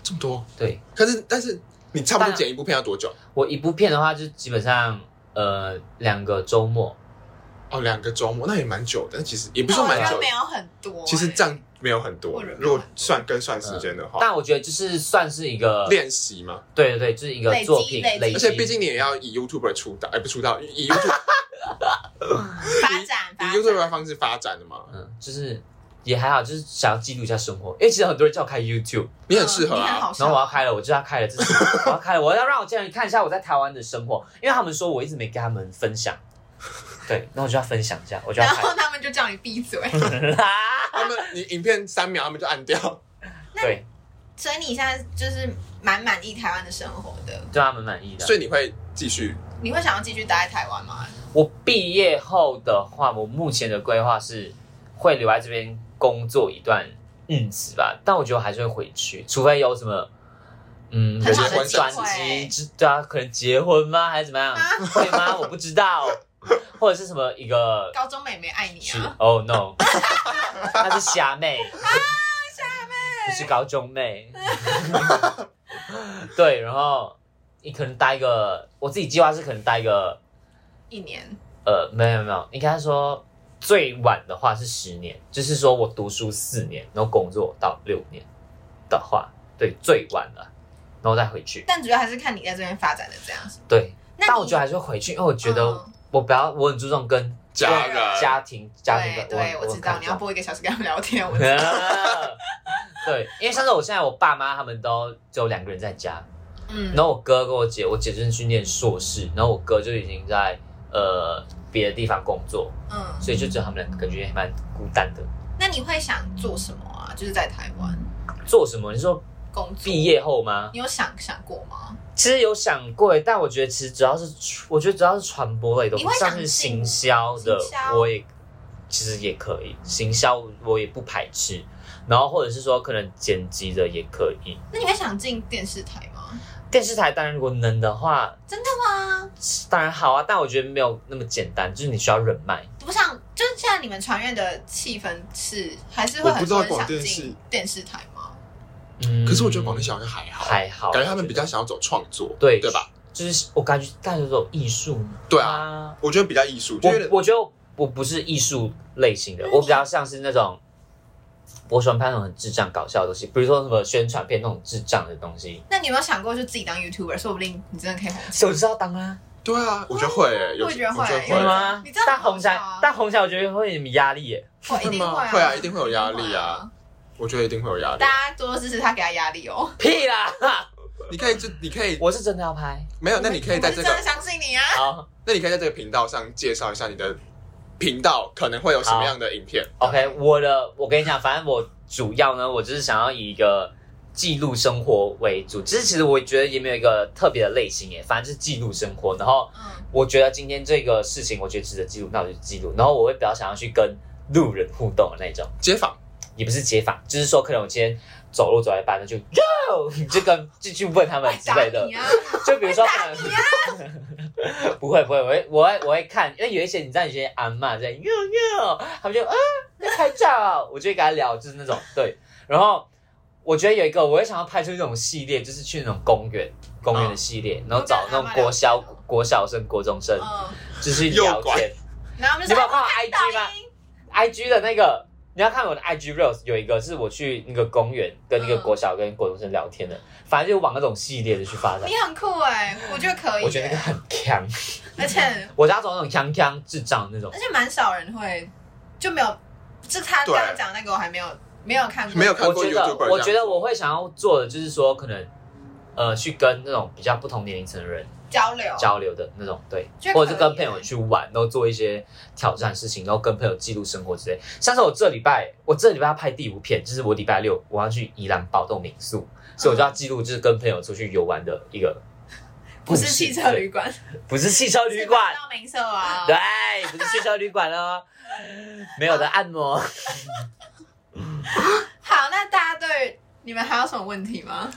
[SPEAKER 2] 这么多？
[SPEAKER 3] 对
[SPEAKER 2] 可是但是你差不多
[SPEAKER 3] 但
[SPEAKER 2] 剪一部片要多久？
[SPEAKER 3] 我一部片的话，就基本上呃两个周末，
[SPEAKER 2] 哦，两个周末，那也蛮久的，但其实也不
[SPEAKER 1] 那
[SPEAKER 2] 是说
[SPEAKER 1] 我
[SPEAKER 2] 蛮
[SPEAKER 1] 觉
[SPEAKER 2] 久
[SPEAKER 1] 得没
[SPEAKER 2] 的，
[SPEAKER 1] 有很多哎，
[SPEAKER 2] 其实这样没有很多
[SPEAKER 1] 或者。
[SPEAKER 2] 如果算跟算时间的话，
[SPEAKER 3] 但我觉得就是算是一个，
[SPEAKER 2] 练习嘛，
[SPEAKER 3] 对对对，就是一个
[SPEAKER 1] 累积
[SPEAKER 3] 作品
[SPEAKER 1] 累积
[SPEAKER 3] 累积，
[SPEAKER 2] 而且毕竟你也要以 YouTuber 出道，哎，不出道，
[SPEAKER 1] (laughs)
[SPEAKER 2] 以 YouTube
[SPEAKER 1] 嗯发展
[SPEAKER 2] 以
[SPEAKER 1] 发
[SPEAKER 2] YouTuber
[SPEAKER 1] 展，
[SPEAKER 2] 的方式发展的嘛，
[SPEAKER 3] 嗯，就是也还好，就是想要记录一下生活，因为其实很多人叫我开 YouTube，
[SPEAKER 2] 你很适合
[SPEAKER 1] 嗯你很
[SPEAKER 2] 啊。
[SPEAKER 1] 好笑
[SPEAKER 3] 然后我要开了，我就要开了，这是
[SPEAKER 2] (laughs)
[SPEAKER 3] 我要开了，我要让我家人看一下我在台湾的生活，因为他们说我一直没跟他们分享，对，那我就要分享一下，我就要
[SPEAKER 1] 然
[SPEAKER 3] 开
[SPEAKER 1] 后他们就叫你闭嘴，
[SPEAKER 3] 啦，
[SPEAKER 2] 他们你影片三秒，他们就按掉。
[SPEAKER 3] (laughs) 对，
[SPEAKER 1] 所以你现在就是蛮满意台湾的生活的，
[SPEAKER 3] 对他们满意的。
[SPEAKER 2] 所以你会继续
[SPEAKER 1] 你会想要继续待在台湾吗？
[SPEAKER 3] 我毕业后的话，我目前的规划是会留在这边工作一段日子吧，但我觉得我还是会回去，除非有什么。嗯，
[SPEAKER 1] 很
[SPEAKER 2] 好的
[SPEAKER 3] 有什么
[SPEAKER 2] 机
[SPEAKER 3] 转
[SPEAKER 1] 会
[SPEAKER 3] 机之，对啊，可能结婚吗，还是怎么样？会吗？我不知道，或者是什么一个
[SPEAKER 1] 高中妹妹爱你
[SPEAKER 3] 是
[SPEAKER 1] 啊，
[SPEAKER 3] Oh no，她是虾妹啊，虾妹，不是高中妹。 (laughs) 对，然后你可能待一个，我自己计划是可能待一个
[SPEAKER 1] 一年，
[SPEAKER 3] 呃，没有没有，应该说最晚的话是十年，就是说我读书四年，然后工作到六年的话，对，最晚了，然后再回去。
[SPEAKER 1] 但主要还是看你在这边发展的这样子。
[SPEAKER 3] 对，
[SPEAKER 1] 那
[SPEAKER 3] 但
[SPEAKER 1] 你
[SPEAKER 3] 我觉得还是会回去，因为我觉得
[SPEAKER 1] 嗯
[SPEAKER 3] 我不要，我很注重跟
[SPEAKER 2] 家
[SPEAKER 1] 对
[SPEAKER 2] 人？
[SPEAKER 3] 家庭家庭
[SPEAKER 1] 对
[SPEAKER 3] 的，
[SPEAKER 1] 对，我知道
[SPEAKER 3] (laughs)
[SPEAKER 1] 你要播一个小时跟他们聊天，我知道。
[SPEAKER 3] 对，因为像是我现在我爸妈他们都只有两个人在家，
[SPEAKER 1] 嗯
[SPEAKER 3] 然，后我哥跟我姐，我姐就是去念硕士，然后我哥就已经在呃别的地方工作，
[SPEAKER 1] 嗯，
[SPEAKER 3] 所以就只有他们两个，感觉还蛮孤单的。
[SPEAKER 1] 那你会想做什么啊？就是在台湾
[SPEAKER 3] 做什么？你说
[SPEAKER 1] 工作，
[SPEAKER 3] 毕业后吗？
[SPEAKER 1] 你有想想过吗？
[SPEAKER 3] 其实有想过耶，欸但我觉得其实只要是我觉得只要是传播类的
[SPEAKER 1] 你会，想
[SPEAKER 3] 像是行销的
[SPEAKER 1] 行销，
[SPEAKER 3] 我也其实也可以，行销我也不排斥。然后或者是说可能剪辑的也可以，
[SPEAKER 1] 那你会想进电视台吗？
[SPEAKER 3] 电视台当然如果能的话，
[SPEAKER 1] 真的吗？
[SPEAKER 3] 当然好啊，但我觉得没有那么简单，就是你需要人脉。
[SPEAKER 1] 不像，就是现在你们传院的气氛是还是会
[SPEAKER 2] 我
[SPEAKER 1] 很
[SPEAKER 2] 不知道
[SPEAKER 1] 多人想
[SPEAKER 2] 广电是
[SPEAKER 1] 进电视台吗？
[SPEAKER 3] 嗯，
[SPEAKER 2] 可是我觉得广电小好像还好，
[SPEAKER 3] 还好，
[SPEAKER 2] 感觉他们比较想要走创作，
[SPEAKER 3] 对
[SPEAKER 2] 对吧？
[SPEAKER 3] 就是我感觉大家都有艺术嘛
[SPEAKER 2] 对啊
[SPEAKER 3] 啊
[SPEAKER 2] 我觉得比较艺术，就有
[SPEAKER 3] 我
[SPEAKER 2] 点
[SPEAKER 3] 我觉得我不是艺术类
[SPEAKER 1] 嗯
[SPEAKER 3] 型的，我比较像是那种，我喜欢拍那种很智障搞笑的东西，比如说什么宣传片那种智障的东西。
[SPEAKER 1] 那你有没有想过就自己当 YouTuber？说不定你真的可以红起
[SPEAKER 3] 手知道当啊，
[SPEAKER 2] 对啊，我觉得会耶，有
[SPEAKER 1] 我也觉得会
[SPEAKER 2] 我觉得
[SPEAKER 1] 对
[SPEAKER 3] 会
[SPEAKER 2] 会。
[SPEAKER 3] 吗
[SPEAKER 1] 你这样？
[SPEAKER 3] 但红起来
[SPEAKER 1] 很好笑啊，
[SPEAKER 3] 但红起来，我觉得会有点压力耶。
[SPEAKER 1] 来，我一
[SPEAKER 2] 会
[SPEAKER 1] 定
[SPEAKER 2] 吗
[SPEAKER 1] 会啊，
[SPEAKER 2] 会啊一定会有压力啊我觉得一定会有压
[SPEAKER 1] 一定会啊！
[SPEAKER 2] 力。
[SPEAKER 1] 大家多多支持他，给他压力哦。
[SPEAKER 3] 屁啦！
[SPEAKER 2] 你可以就你可以
[SPEAKER 3] (laughs) 我是真的要拍。
[SPEAKER 2] 没有，那你可以在
[SPEAKER 1] 我
[SPEAKER 2] 这
[SPEAKER 1] 是真的
[SPEAKER 2] 个，
[SPEAKER 1] 相信你啊！
[SPEAKER 3] (laughs) 好
[SPEAKER 2] 那你可以在这个频道上介绍一下你的频道可能会有什么样的影片。
[SPEAKER 3] ，OK，我的，我跟你讲，反正我主要呢，我就是想要以一个记录生活为主。只是其实我觉得也没有一个特别的类型耶，反正就是记录生活，然后
[SPEAKER 1] 嗯，
[SPEAKER 3] 我觉得今天这个事情，我觉得值得记录，那我就记录。然后我会比较想要去跟路人互动的那种，
[SPEAKER 2] 街访
[SPEAKER 3] 也不是街访，就是说可能我今天走路走到一半，那就 Yo，你 (laughs) 就跟就去问他们之
[SPEAKER 1] 打
[SPEAKER 3] 类的
[SPEAKER 1] 你。啊！
[SPEAKER 3] 就比如说可能，
[SPEAKER 1] 啊
[SPEAKER 3] (laughs) 不会不会，我会我会我会看，因为有一些你知道有些阿嬷在哟哟，他们就啊在拍照，我就会跟他聊，就是那种对。然后我觉得有一个，我也想要拍出一种系列，就是去那种公园公园的系列，
[SPEAKER 1] 哦
[SPEAKER 3] 然后找那种国小国小生、国中生，
[SPEAKER 1] 嗯，
[SPEAKER 3] 就是聊
[SPEAKER 2] 诱拐
[SPEAKER 3] 天。
[SPEAKER 1] 然后我们
[SPEAKER 3] 你
[SPEAKER 1] 就说
[SPEAKER 3] 们有看我
[SPEAKER 1] 哎
[SPEAKER 3] IG 吗
[SPEAKER 1] 抖音
[SPEAKER 3] IG 的那个，你要看我的 IG reels 有一个是我去那个公园跟那个
[SPEAKER 1] 嗯
[SPEAKER 3] 国小跟国中生聊天的，反正就往那种系列的去发展
[SPEAKER 1] 你。很酷哎，我觉得可以
[SPEAKER 3] 我觉得那个
[SPEAKER 1] 欸，
[SPEAKER 3] 很强。
[SPEAKER 1] 而且
[SPEAKER 3] 我家走那种锵锵智障那种
[SPEAKER 1] 而，且蛮少人会就没有，就他
[SPEAKER 2] 对
[SPEAKER 1] 刚刚讲那个我还没有没有看过，
[SPEAKER 2] 没有看
[SPEAKER 3] 我
[SPEAKER 2] 过
[SPEAKER 3] 觉
[SPEAKER 2] YouTube，
[SPEAKER 3] 得我觉得我会想要做的就是说，可能呃去跟那种比较不同年龄层的人
[SPEAKER 1] 交流，
[SPEAKER 3] 交流的那种，对
[SPEAKER 1] 觉，得
[SPEAKER 3] 或者是
[SPEAKER 1] 可以欸
[SPEAKER 3] 跟朋友去玩，然后做一些挑战事情，然后跟朋友记录生活之类。像是我这礼拜，我这礼拜要拍第五片，就是我礼拜六我要去宜兰宝洞民宿，所以我就要记录就是跟朋友出去游玩的一个
[SPEAKER 1] 不
[SPEAKER 3] 故事，
[SPEAKER 1] 是汽车旅
[SPEAKER 3] 对，
[SPEAKER 1] 馆，
[SPEAKER 3] 不是汽车旅馆
[SPEAKER 1] 是，到民宿啊，
[SPEAKER 3] 对，不是汽车旅馆哦，没有的按摩。
[SPEAKER 1] 好，那大家对你们还有什么问题吗？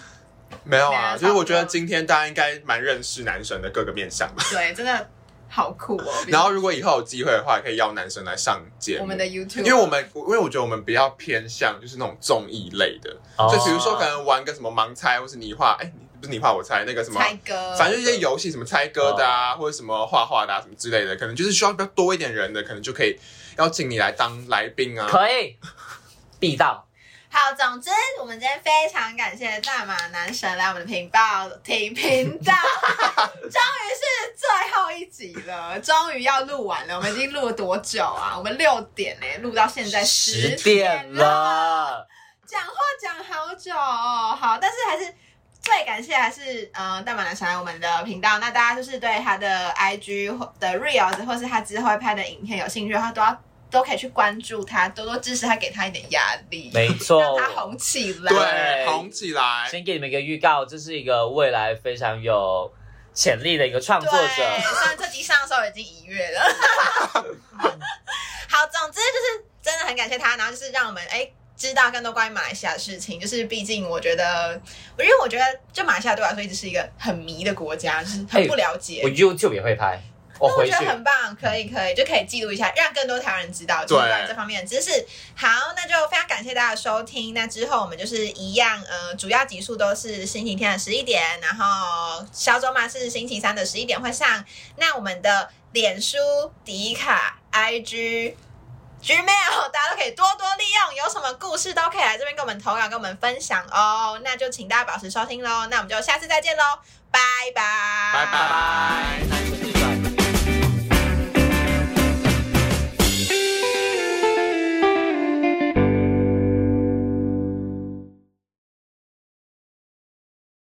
[SPEAKER 2] 没有
[SPEAKER 1] 没
[SPEAKER 2] 啊，
[SPEAKER 1] 有
[SPEAKER 2] 就是我觉得今天大家应该蛮认识男神的各个面相吧。
[SPEAKER 1] 对，真的好酷哦。
[SPEAKER 2] (laughs) 然后如果以后有机会的话，也可以邀男神来上节目。
[SPEAKER 1] 我们的 YouTube，
[SPEAKER 2] 因为我们，因为我觉得我们比较偏向就是那种综艺类的， (laughs)
[SPEAKER 3] 哦
[SPEAKER 2] 就比如说可能玩个什么盲猜，或是你画，哎，你不是你画我猜，那个什么，
[SPEAKER 1] 猜歌，
[SPEAKER 2] 反正就一些游戏，什么猜歌的啊，或者什么画画的啊，什么之类的，可能就是需要比较多一点人的，可能就可以邀请你来当来宾啊。
[SPEAKER 3] 哦可以，必到。
[SPEAKER 1] 好，总之我们今天非常感谢大马男神来我们的频道听频
[SPEAKER 3] (laughs)
[SPEAKER 1] 道，终于是最后一集了，终于要录完了。我们已经录了多久啊？我们六点呢、录到现在
[SPEAKER 3] 十
[SPEAKER 1] 点
[SPEAKER 3] 点。了，
[SPEAKER 1] 讲话讲好久哦，好，但是还是最感谢还是呃大马男神来我们的频道。那大家就是对他的 IG 或的 reels 或是他之后会拍的影片有兴趣的话，都要都可以去关注他，多多支持他，给他一点压力，
[SPEAKER 3] 没错。
[SPEAKER 1] 让他红起来。
[SPEAKER 2] 对，红起来。
[SPEAKER 3] 先给你们一个预告，这是一个未来非常有潜力的一个创
[SPEAKER 1] 对，
[SPEAKER 3] 作者。
[SPEAKER 1] 虽然这集上的时候已经一月了。 (laughs) 好，总之就是真的很感谢他，然后就是让我们哎。知道更多关于马来西亚的事情，就是毕竟我觉得，因为我觉得就马来西亚对我来说一直是一个很迷的国家，就是很不了解。
[SPEAKER 3] 我 YouTube 也会拍，我
[SPEAKER 1] 那我
[SPEAKER 3] 哦回
[SPEAKER 1] 觉
[SPEAKER 3] 去
[SPEAKER 1] 得很棒，可以可以，就可以记录一下，让更多台湾人知道就是
[SPEAKER 2] 对
[SPEAKER 1] 关于这方面的知识。好，那就非常感谢大家的收听。那之后我们就是一样，呃，主要集数都是星期天的十一点，然后小周嘛是星期三的十一点会上。那我们的脸书、迪卡、IG。Gmail，大家都可以多多利用，有什么故事都可以来这边跟我们投稿，跟我们分享哦。那就请大家保持收听喽，那我们就下次再见喽，拜拜，
[SPEAKER 2] 拜拜。